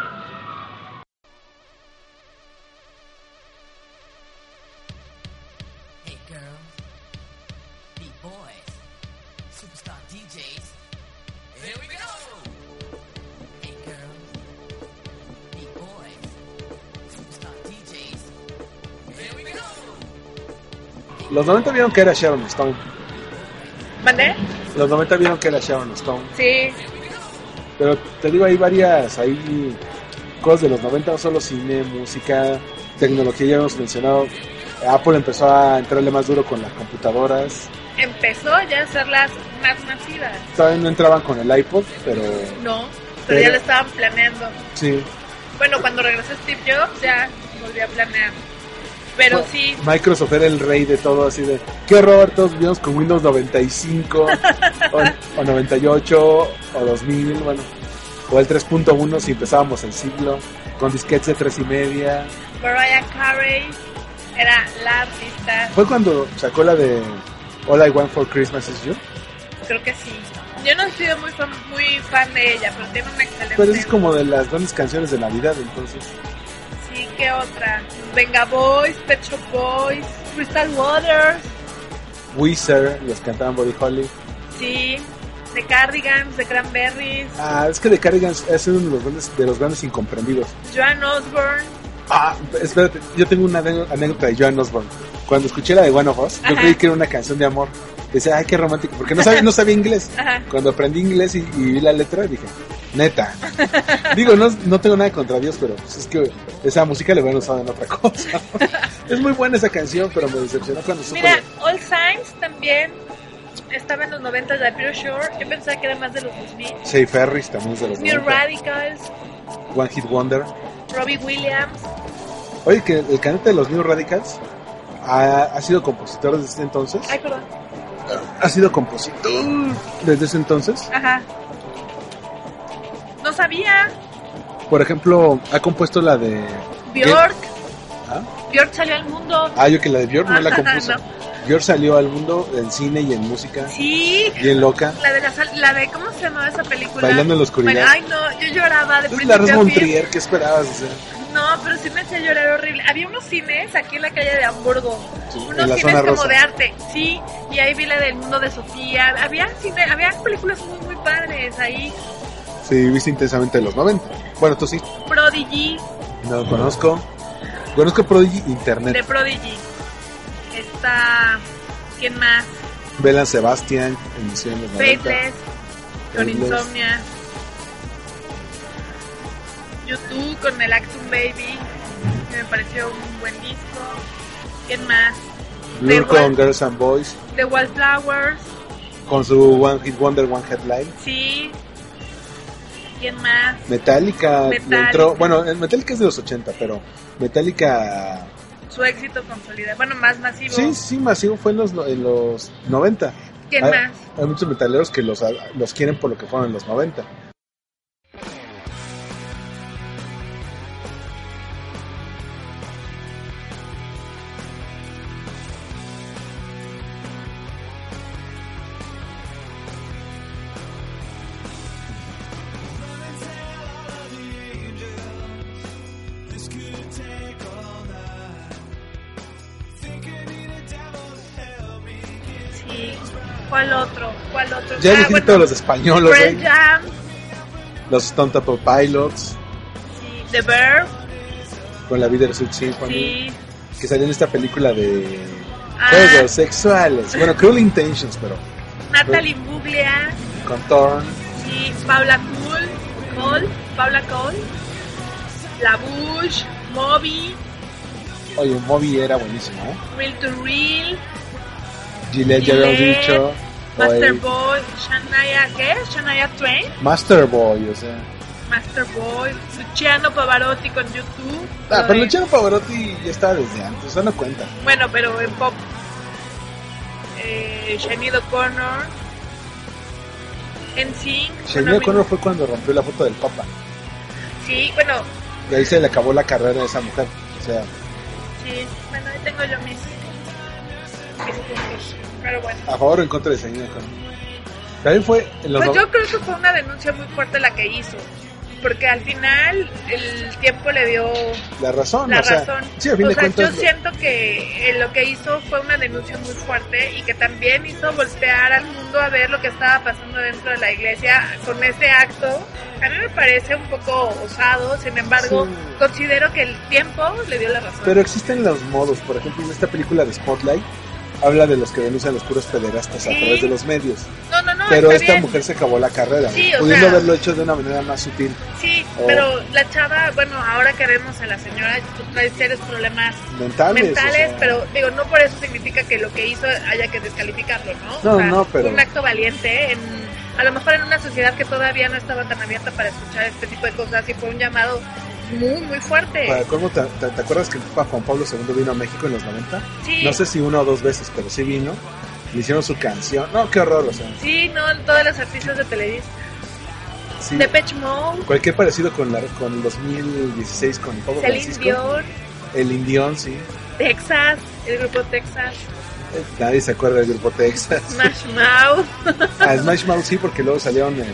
Hey girls, beat boys, superstar DJs. Here we go! Hey girls, beat boys, superstar DJs. Here we go!
Los 90 vieron que era Sharon Stone.
¿Mandé?
Los 90 vieron que era Sharon Stone.
Sí.
Pero te digo, hay varias, hay cosas de los 90, no solo cine, música, tecnología, ya hemos mencionado. Apple empezó a entrarle más duro con las computadoras.
Empezó ya a ser las más masivas.
Todavía no entraban con el iPod, pero
No. Pero
Pero-
ya lo estaban planeando.
sí.
Bueno, cuando regresó Steve Jobs ya volví a planear. Pero
Bueno,
sí,
Microsoft era el rey de todo, así de, ¿qué error? Todos vimos con Windows 95, o, o 98, o 2000, bueno, o el 3.1 si empezábamos el siglo, con disquetes de 3 y media.
Mariah Carey era la artista.
Fue cuando sacó la de All I Want for Christmas is You,
Creo que sí. Yo no he sido muy fan, muy fan de ella, pero tiene una excelente.
pero es como de las grandes canciones de Navidad, entonces.
Sí, ¿qué otra? Venga Boys, Pecho Boys, Crystal Waters,
Weezer, los cantaban Body Holly.
sí, The Cardigans, The Cranberries,
Ah, es que The Cardigans es uno de los grandes, de los grandes incomprendidos.
Joan Osborne.
Ah, espérate, yo tengo una ane- anécdota de Joan Osborne. Cuando escuché la de One of Us, yo
Ajá.
creí que era una canción de amor. Decía, ay, qué romántico, porque no sabía, no sabía inglés.
Ajá.
Cuando aprendí inglés y, y vi la letra, dije, neta. Digo, no, no tengo nada contra Dios, pero pues, es que esa música le hubieran usado en otra cosa. es muy buena esa canción, pero me decepcionó cuando supe.
Mira, All Signs también estaba en los 90 de Pure Shore. Yo pensaba que era más de los 2000.
Shay Ferris también es de los
New
90.
Radicals,
One Hit Wonder.
Robbie Williams.
Oye, que el cantante de los New Radicals ha, ha sido compositor desde ese entonces.
Ay, perdón.
Ha sido compositor desde ese entonces.
Ajá. No sabía.
Por ejemplo, ha compuesto la de.
Bjork.
¿Ah?
Bjork salió al mundo.
Ah, yo que la de Björk no la compuso.
No.
Björk salió al mundo en cine y en música.
Sí.
Bien loca.
La de la, sal- la de cómo se llamaba esa película.
Bailando en la oscuridad.
Bueno, ay no, yo lloraba de
Es la
principio a fin.
Montrier, ¿qué esperabas? O sea,
No, pero sí me hacía llorar horrible. Había unos cines aquí en la calle de Hamburgo.
Sí, en la
unos
zona
cines como
rosa.
de arte, sí. Y ahí vi la del mundo de Sofía. Había cine, había películas muy muy padres ahí.
sí, viviste intensamente los 90. Bueno, tú sí.
Prodigy,
No lo conozco. Conozco Prodigy Internet.
de Prodigy. Está ¿quién más?
Bella Sebastian, inició en los 90.
Faithless, con
Faithless.
Insomnia. YouTube con el Actum Baby, que me pareció un buen disco. ¿Quién más?
Blur
The
con
Wall-
Girls and Boys.
The Wallflowers,
Con su One Hit Wonder, One Headline.
sí. ¿Quién más?
Metallica, le
Metallica.
entró. Bueno, el Metallica es de los 80, pero Metallica.
Su éxito consolidado. Bueno, más masivo.
Sí, sí, masivo fue en los, no- en los 90.
¿Quién
hay,
más?
hay muchos metaleros que los, los quieren por lo que fueron en los 90.
Sí. ¿Cuál otro? ¿Cuál otro?
Ya dijiste
Ah, bueno,
todos los españoles,
Pearl
güey.
Jam,
los Stone Temple Pilots,
sí. The Verb,
con la vida de Sweet Symphony,
sí.
que salió en esta película de
Ah,
Juegos sexuales. Bueno, Cruel Intentions, pero
Natalie Buglia,
con Thorn.
sí, Paula Cole, Cole, Paula Cole, La Bush, Moby,
Oye, Moby era buenísimo, ¿eh?
Real to Real,
Gillette, ya habíamos
Gillette,
dicho.
Master
Oye,
Boy, Shania, ¿qué? Shania Twain,
Master Boy, o sea.
Master Boy, Luciano Pavarotti con YouTube.
Ah,
lo
pero
de-
Luciano Pavarotti ya estaba desde antes, o sea, no cuenta.
Bueno, pero en pop. Eh, Sinead O'Connor. En sí.
Shania O'Connor fue cuando rompió la foto del Papa.
Sí, bueno,
Y ahí se le acabó la carrera a esa mujer. O sea,
sí. Bueno, ahí tengo yo mis, mis puntos. Pero bueno.
a favor o en contra de Shania O'Connor. También fue en los
Pues
no-
yo creo que fue una denuncia muy fuerte la que hizo. Porque al final el tiempo le dio
la razón.
la
o sea,
razón.
Sí, a fin
o
de
sea, yo
cuentas.
siento que eh, lo que hizo fue una denuncia muy fuerte y que también hizo voltear al mundo a ver lo que estaba pasando dentro de la iglesia con ese acto. A mí me parece un poco osado, sin embargo,
Sí.
considero que el tiempo le dio la razón.
Pero existen los modos. Por ejemplo, en esta película de Spotlight, habla de los que denuncian a los puros pederastas a
Sí.
través de los medios.
no, no, no,
pero
está
esta
bien.
mujer se acabó la carrera,
Sí,
¿no?
o
pudiendo
sea-
haberlo hecho de una manera más sutil.
Sí,
Oh.
pero la chava, bueno, ahora queremos a la señora, pues, trae serios problemas
Mentales. o
mentales,
sea,
pero digo, no por eso significa que lo que hizo haya que descalificarlo, ¿no?
No, no, pero-
fue Un acto valiente, en, a lo mejor en una sociedad que todavía no estaba tan abierta para escuchar este tipo de cosas y fue un llamado muy, muy fuerte.
Para colmo, ¿te, te, te acuerdas que el Papa Juan Pablo II vino a México en los 90?
Sí,
No sé si una o dos veces, pero sí vino. Le hicieron su canción. No, qué horror, o sea.
sí, no, en todas las artistas de Televisa.
sí.
De Depeche Mode,
Cualquier parecido con, la, con el 2016 con el Papa
Celine
Francisco.
Dion,
El Indión, sí.
Texas, el grupo Texas,
Eh, Nadie se acuerda del grupo Texas.
Smash Mouth,
A Smash Mouth sí, porque luego salieron en,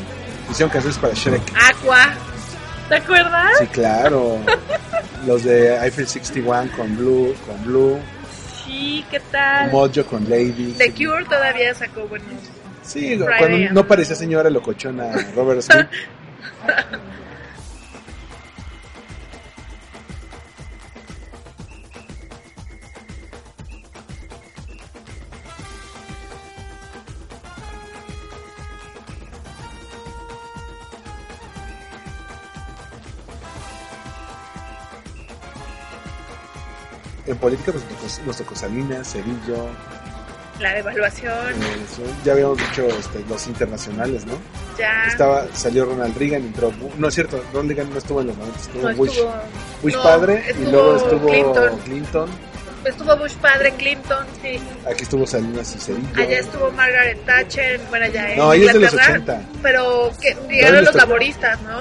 hicieron canciones para Shrek.
Aqua, ¿te acuerdas?
Sí, claro. Los de Eiffel 61 con Blue, con Blue,
Sí, ¿qué tal?
Mojo con Lady.
The Cure todavía sacó buenos.
Sí,
Friday.
cuando no parecía señora locochona Robert Smith. En política pues, nos tocó- nos tocó Salinas, Cedillo,
La devaluación,
eh, su- ya habíamos dicho este, los internacionales, ¿no?
ya.
Estaba, salió Ronald Reagan, entró Bu- no es cierto, Ronald Reagan no estuvo en los 90, estuvo
No,
Bush,
estuvo,
Bush
no,
padre y
estuvo
luego estuvo Clinton.
Clinton. estuvo Bush padre, Clinton, sí.
aquí estuvo Salinas y Cedillo.
Allá Ah, estuvo Margaret Thatcher, bueno, allá en
No, ella es de los
Inglaterra.
80.
Pero que
Todavía
llegaron los
está-
laboristas, ¿no?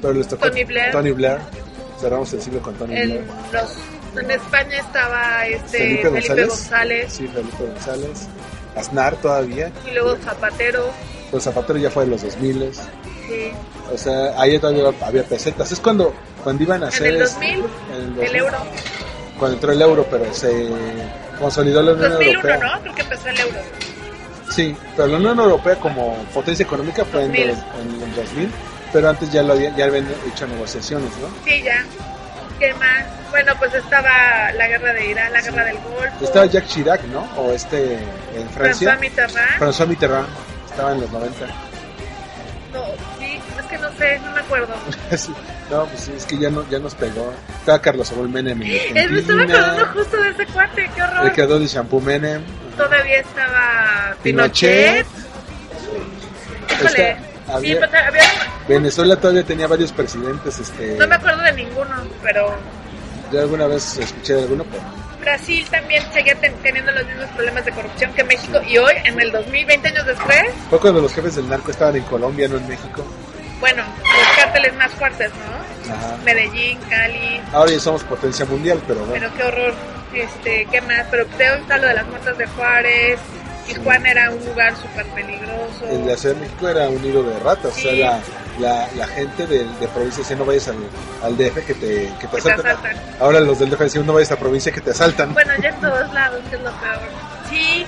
Pero les tocó
Tony Blair.
Cerramos el siglo con Tony
En,
Blair.
los, en España estaba este
Felipe
Felipe,
González.
González
Sí, Felipe González. Aznar todavía.
y luego Zapatero,
Pero Zapatero ya fue de los 2000.
sí.
O sea, ahí todavía había pesetas. Es cuando, cuando iban a
En
hacer...
el
es-
2000,
en el 2000,
el euro.
Cuando entró el euro, pero se consolidó la Unión
2001,
Europea.
¿no? Creo que empezó el euro.
Sí, pero la Unión Europea como potencia económica fue en,
2000.
los- en el 2000, pero antes ya lo habían, ya habían hecho negociaciones, ¿no?
Sí, ya. ¿Qué más? Bueno, pues estaba la guerra de Irán, la guerra del Golfo.
Estaba Jacques Chirac, ¿no? O este en
François
Francia.
Mitterrand.
François Mitterrand, estaba en los 90.
No, sí, es que no sé, no me acuerdo.
Sí. no, pues sí, es que ya, no, ya nos pegó. Estaba Carlos Saúl Menem en
Eh, me estaba acordando
Argentina,
justo de ese cuate, qué horror.
el creador de Shampoo Menem.
Todavía estaba
Pinochet.
Pinochet.
Está-
Híjole. Sí,
había-
pues, había,
Venezuela todavía tenía varios presidentes, este,
no me acuerdo de ninguno, pero
yo alguna vez escuché de alguno, pero
Brasil también seguía ten- teniendo los mismos problemas de corrupción que México y hoy, en el 2020 años después,
fue cuando los jefes del narco estaban en Colombia, no en México.
bueno, los cárteles más fuertes, ¿no?
Ajá.
Medellín, Cali,
Ahora ya somos potencia mundial, pero bueno.
pero qué horror, este, qué más, pero creo que está lo de las muertas de Juárez, Tijuana era un lugar súper peligroso.
en la Ciudad de México era un hilo de ratas, o sea,
Sí.
la, la, la gente de, de provincia decía no vayas al, al DF que te, que te
que te
asaltan.
asaltan.
Ahora los del DF decían no vayas a provincia que te asaltan.
Bueno, ya en todos lados es lo peor. Sí,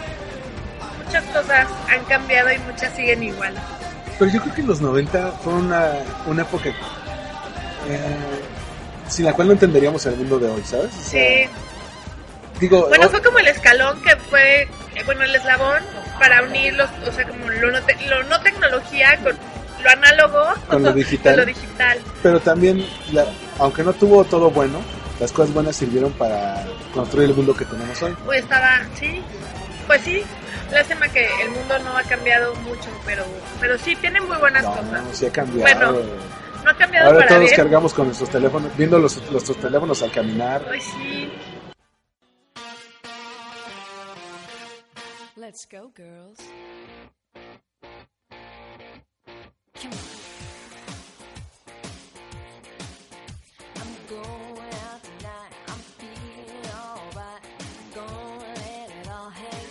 muchas cosas han cambiado y muchas siguen igual.
Pero yo creo que los 90 fue una, una época eh, sin la cual no entenderíamos el mundo de hoy, ¿sabes? O sea,
Sí,
Digo,
Bueno,
o-
fue como el escalón que fue, eh, bueno, el eslabón para unir los, o sea, como lo no, te- lo no tecnología con lo análogo
Con lo digital.
con lo digital.
pero también, la- aunque no tuvo todo bueno, las cosas buenas sirvieron para construir el mundo que tenemos hoy.
Uy, estaba, sí, pues sí, lástima que el mundo no ha cambiado mucho, pero, pero sí, tiene muy buenas
No,
cosas.
no, sí ha cambiado.
Bueno, No ha cambiado
Ahora
para
todos
bien.
cargamos con nuestros teléfonos, viendo los, nuestros teléfonos al caminar.
Ay, sí.
Let's go, girls. Come on. I'm going out tonight. I'm feeling alright. Gonna let it all hang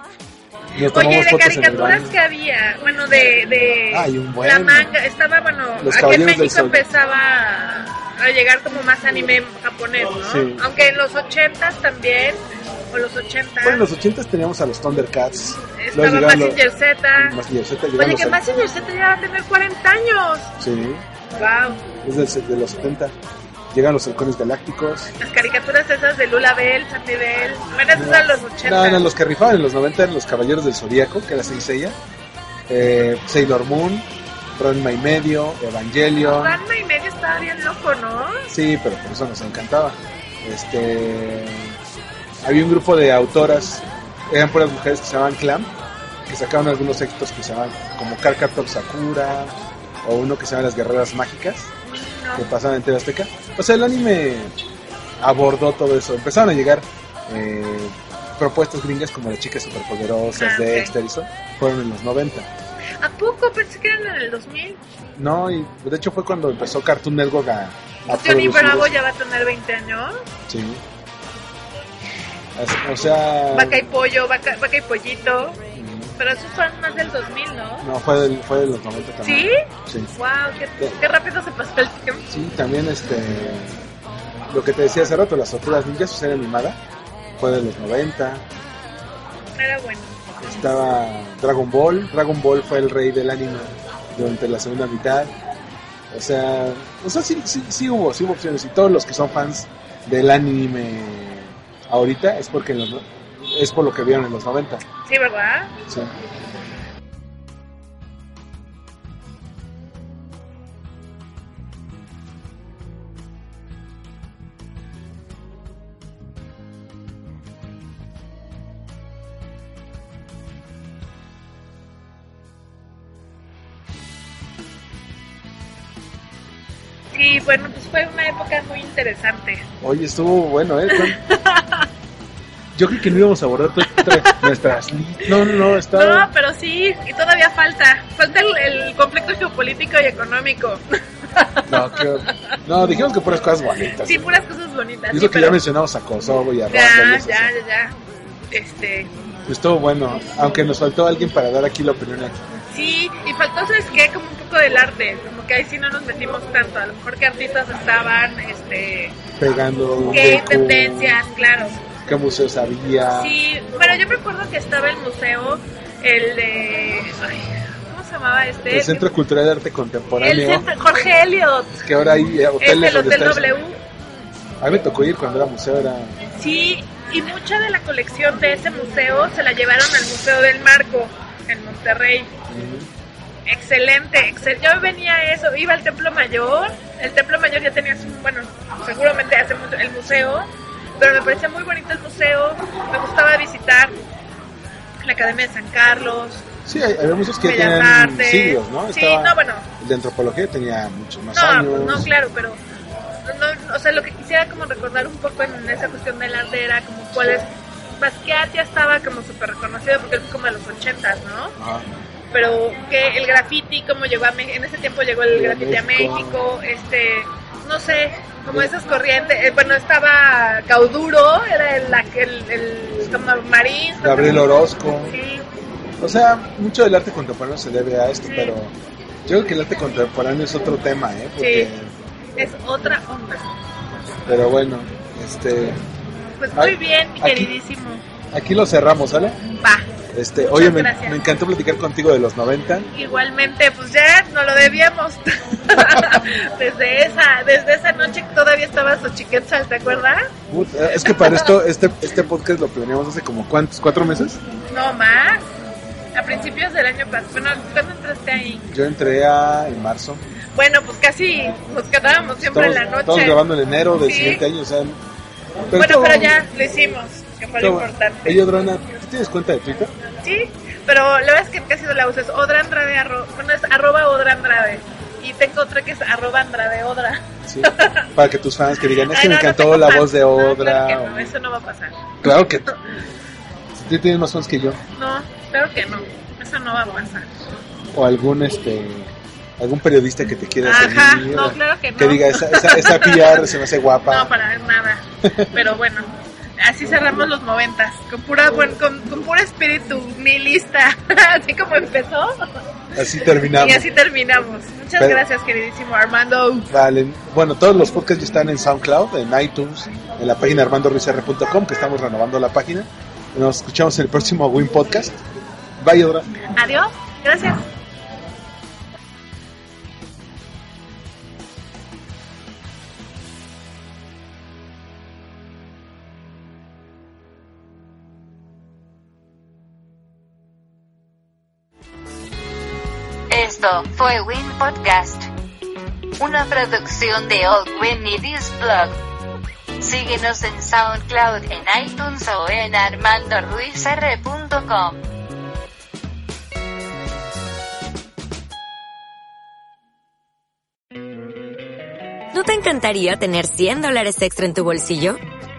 out.
Nos
Oye,
tomamos
de
fotos en el
caricaturas
baño.
que había, bueno, de, de
Ay, un buen.
la manga, estaba, bueno,
Los
aquí
Caballeros
en
del
México
Zodiaco.
empezaba a llegar como más anime japonés, ¿no?
Sí.
Aunque en los ochentas también, o los ochentas,
Bueno, en los 80 teníamos a los Thundercats.
estaba
luego llegaron
Mazinger Z.
los- Mazinger Z, llegaron
Oye,
los-
que Mazinger Z ya va a tener 40 años.
Sí,
Wow.
es del- de los 70. Llegan los halcones galácticos.
Las caricaturas esas de Lula Bell, Sandy Bell, bueno, esas eran los
No,
ochentas.
no, los que rifaban en los 90 eran los Caballeros del Zodíaco, que era Seiya. Eh, Sailor Moon, Ranma y Medio, Evangelion.
Ranma y medio estaba bien loco, ¿no?
Sí, pero por eso nos encantaba. Este, había un grupo de autoras, eran puras mujeres que se llamaban Clam, que sacaron algunos éxitos que se llamaban como Carcatop Sakura, o uno que se llama Las Guerreras Mágicas, que
Mm, No.
pasaban en TV Azteca. O sea, el anime abordó todo eso. Empezaron a llegar eh, propuestas gringas como las chicas superpoderosas,
Ah, ok.
Dexter y eso, fueron en los 90.
¿A poco? Pensé que eran en el 2000.
No, y de hecho fue cuando empezó Cartoon Network a, a
Johnny
producir
Bravo
eso.
ya va a tener 20 años.
Sí. As- O sea.
Vaca y pollo, vaca, vaca y pollito.
mm,
Pero esos son más del 2000, ¿no?
No, fue, del- fue de los 90
¿Sí?
también. Sí.
¡Wow! Qué, qué rápido se pasó el tiempo.
Sí, también este. Lo que te decía hace rato, las tortugas ninjas, su serie animada, fue de los 90.
Era bueno.
Estaba Dragon Ball. Dragon Ball fue el rey del anime durante la segunda mitad. O sea, o sea sí, sí, sí hubo, sí hubo opciones. Y todos los que son fans del anime ahorita es porque en los no- es por lo que vieron en los 90.
Sí, ¿verdad?
Sí.
Sí, bueno, pues fue una época muy interesante.
Oye, estuvo bueno, ¿eh? Fue- Yo creo que no íbamos a abordar to- tra- nuestras... li- No, no, no, estaba...
No, pero sí, y todavía falta. Falta el, el conflicto geopolítico y económico.
No, que- no, dijimos que puras cosas bonitas.
Sí, puras cosas bonitas.
Y
sí,
eso que ya mencionamos a Kosovo y a Rwanda y
ya,
eso,
ya,
sí.
ya, ya. Este,
Estuvo bueno, aunque nos faltó alguien para dar aquí la opinión. eh,
Sí, y faltó, ¿sabes qué? Como un poco del arte, como que ahí sí no nos metimos tanto, a lo mejor que artistas estaban, este,
Pegando...
qué
Deku,
tendencias, claro.
¿Qué museos había?
Sí, bueno, yo me acuerdo que estaba el museo, el de, ay, ¿cómo se llamaba este?
El Centro Cultural de Arte
El
Contemporáneo,
centro- Jorge Elliot,
que ahora hay eh,
es
hoteles
el
donde
Hotel
está eso.
W.
A mí me tocó ir cuando era museo, era...
Sí, y mucha de la colección de ese museo se la llevaron al Museo del Marco, en Monterrey. Excelente, excel- yo venía a eso, iba al Templo Mayor, el Templo Mayor ya tenía, su- bueno, seguramente hace mucho el museo, pero me parecía muy bonito el museo, me gustaba visitar la Academia de San Carlos,
Sí, hay- había museos que ya
Bellas
tenían
Artes,
siglos, ¿no?
sí,
Estaba-
no, bueno,
El de antropología tenía muchos más
no,
años.
no, claro, pero, no, o sea, lo que quisiera como recordar un poco en esa cuestión del arte era como cuál es, Basquiat ya estaba como súper reconocido porque él fue como a los ochentas, ¿no?
Ajá.
pero que el graffiti como llegó a México, en ese tiempo llegó el
Llegó a
graffiti a
México.
México, este, no sé, como esas corrientes, eh, bueno, estaba Cauduro, era el, el, el como marín.
Gabriel Orozco.
Sí,
O sea, mucho del arte contemporáneo se debe a esto,
Sí.
pero yo creo que el arte contemporáneo es otro tema, ¿eh? Porque-
es otra onda.
Pero bueno, este,
Pues
Ay,
muy bien, mi
aquí-
queridísimo.
aquí lo cerramos, ¿sale?
Va,
Este, oye, me,
gracias.
me encantó platicar contigo de los 90.
Igualmente, pues ya no lo debíamos. desde esa, desde esa noche que todavía estaba Xochiquetzal, ¿te acuerdas?
Puta, Es que para esto, este, este podcast lo planeamos hace como cuántos, cuatro meses.
No más. A principios del año pasado. Bueno, ¿cuándo entraste ahí?
Yo entré a, en marzo.
Bueno, pues casi nos quedábamos siempre
Estamos,
en la
estamos
noche.
grabando en enero del
Sí.
siguiente año, o sea. pero
bueno,
todo-
pero ya lo hicimos, que fue lo
todo-
importante.
Oye, Drona, ¿tú tienes cuenta de Twitter?
Sí, pero la verdad es que casi no la uso. Es Odra Andrade, arro- bueno, es arroba Odra Andrade. Y tengo otra que es arroba Andrade Odra.
Sí. Para que tus fans que digan, es
Ay,
que me
no, no
encantó
tengo
la
fans.
voz de
No,
Odra.
claro que no,
o-
eso no va a pasar.
Claro que no. Si tú tienes más fans que yo,
No, claro que no. Eso no va a pasar.
o algún este algún periodista que te quiera
Ajá,
seguir,
no,
o
claro que no.
diga, esa, esa, esa PR se me hace guapa.
No, para nada. Pero bueno, así cerramos los noventas. Con, pura, buen, con, con puro espíritu nihilista. Así como empezó.
Así terminamos.
Y así terminamos. Muchas
Pero-
gracias, queridísimo Armando.
Vale. Bueno, todos los podcasts ya están en SoundCloud, en iTunes, en la página armandoruizr.com, que estamos renovando la página. Nos escuchamos en el próximo Win Podcast. Bye, Odra.
Adiós. Gracias.
Esto fue Win Podcast. Una producción de Old Win y Disblog. Síguenos en SoundCloud, en iTunes o en armandoruizr.com.
¿No te encantaría tener 100 dólares extra en tu bolsillo?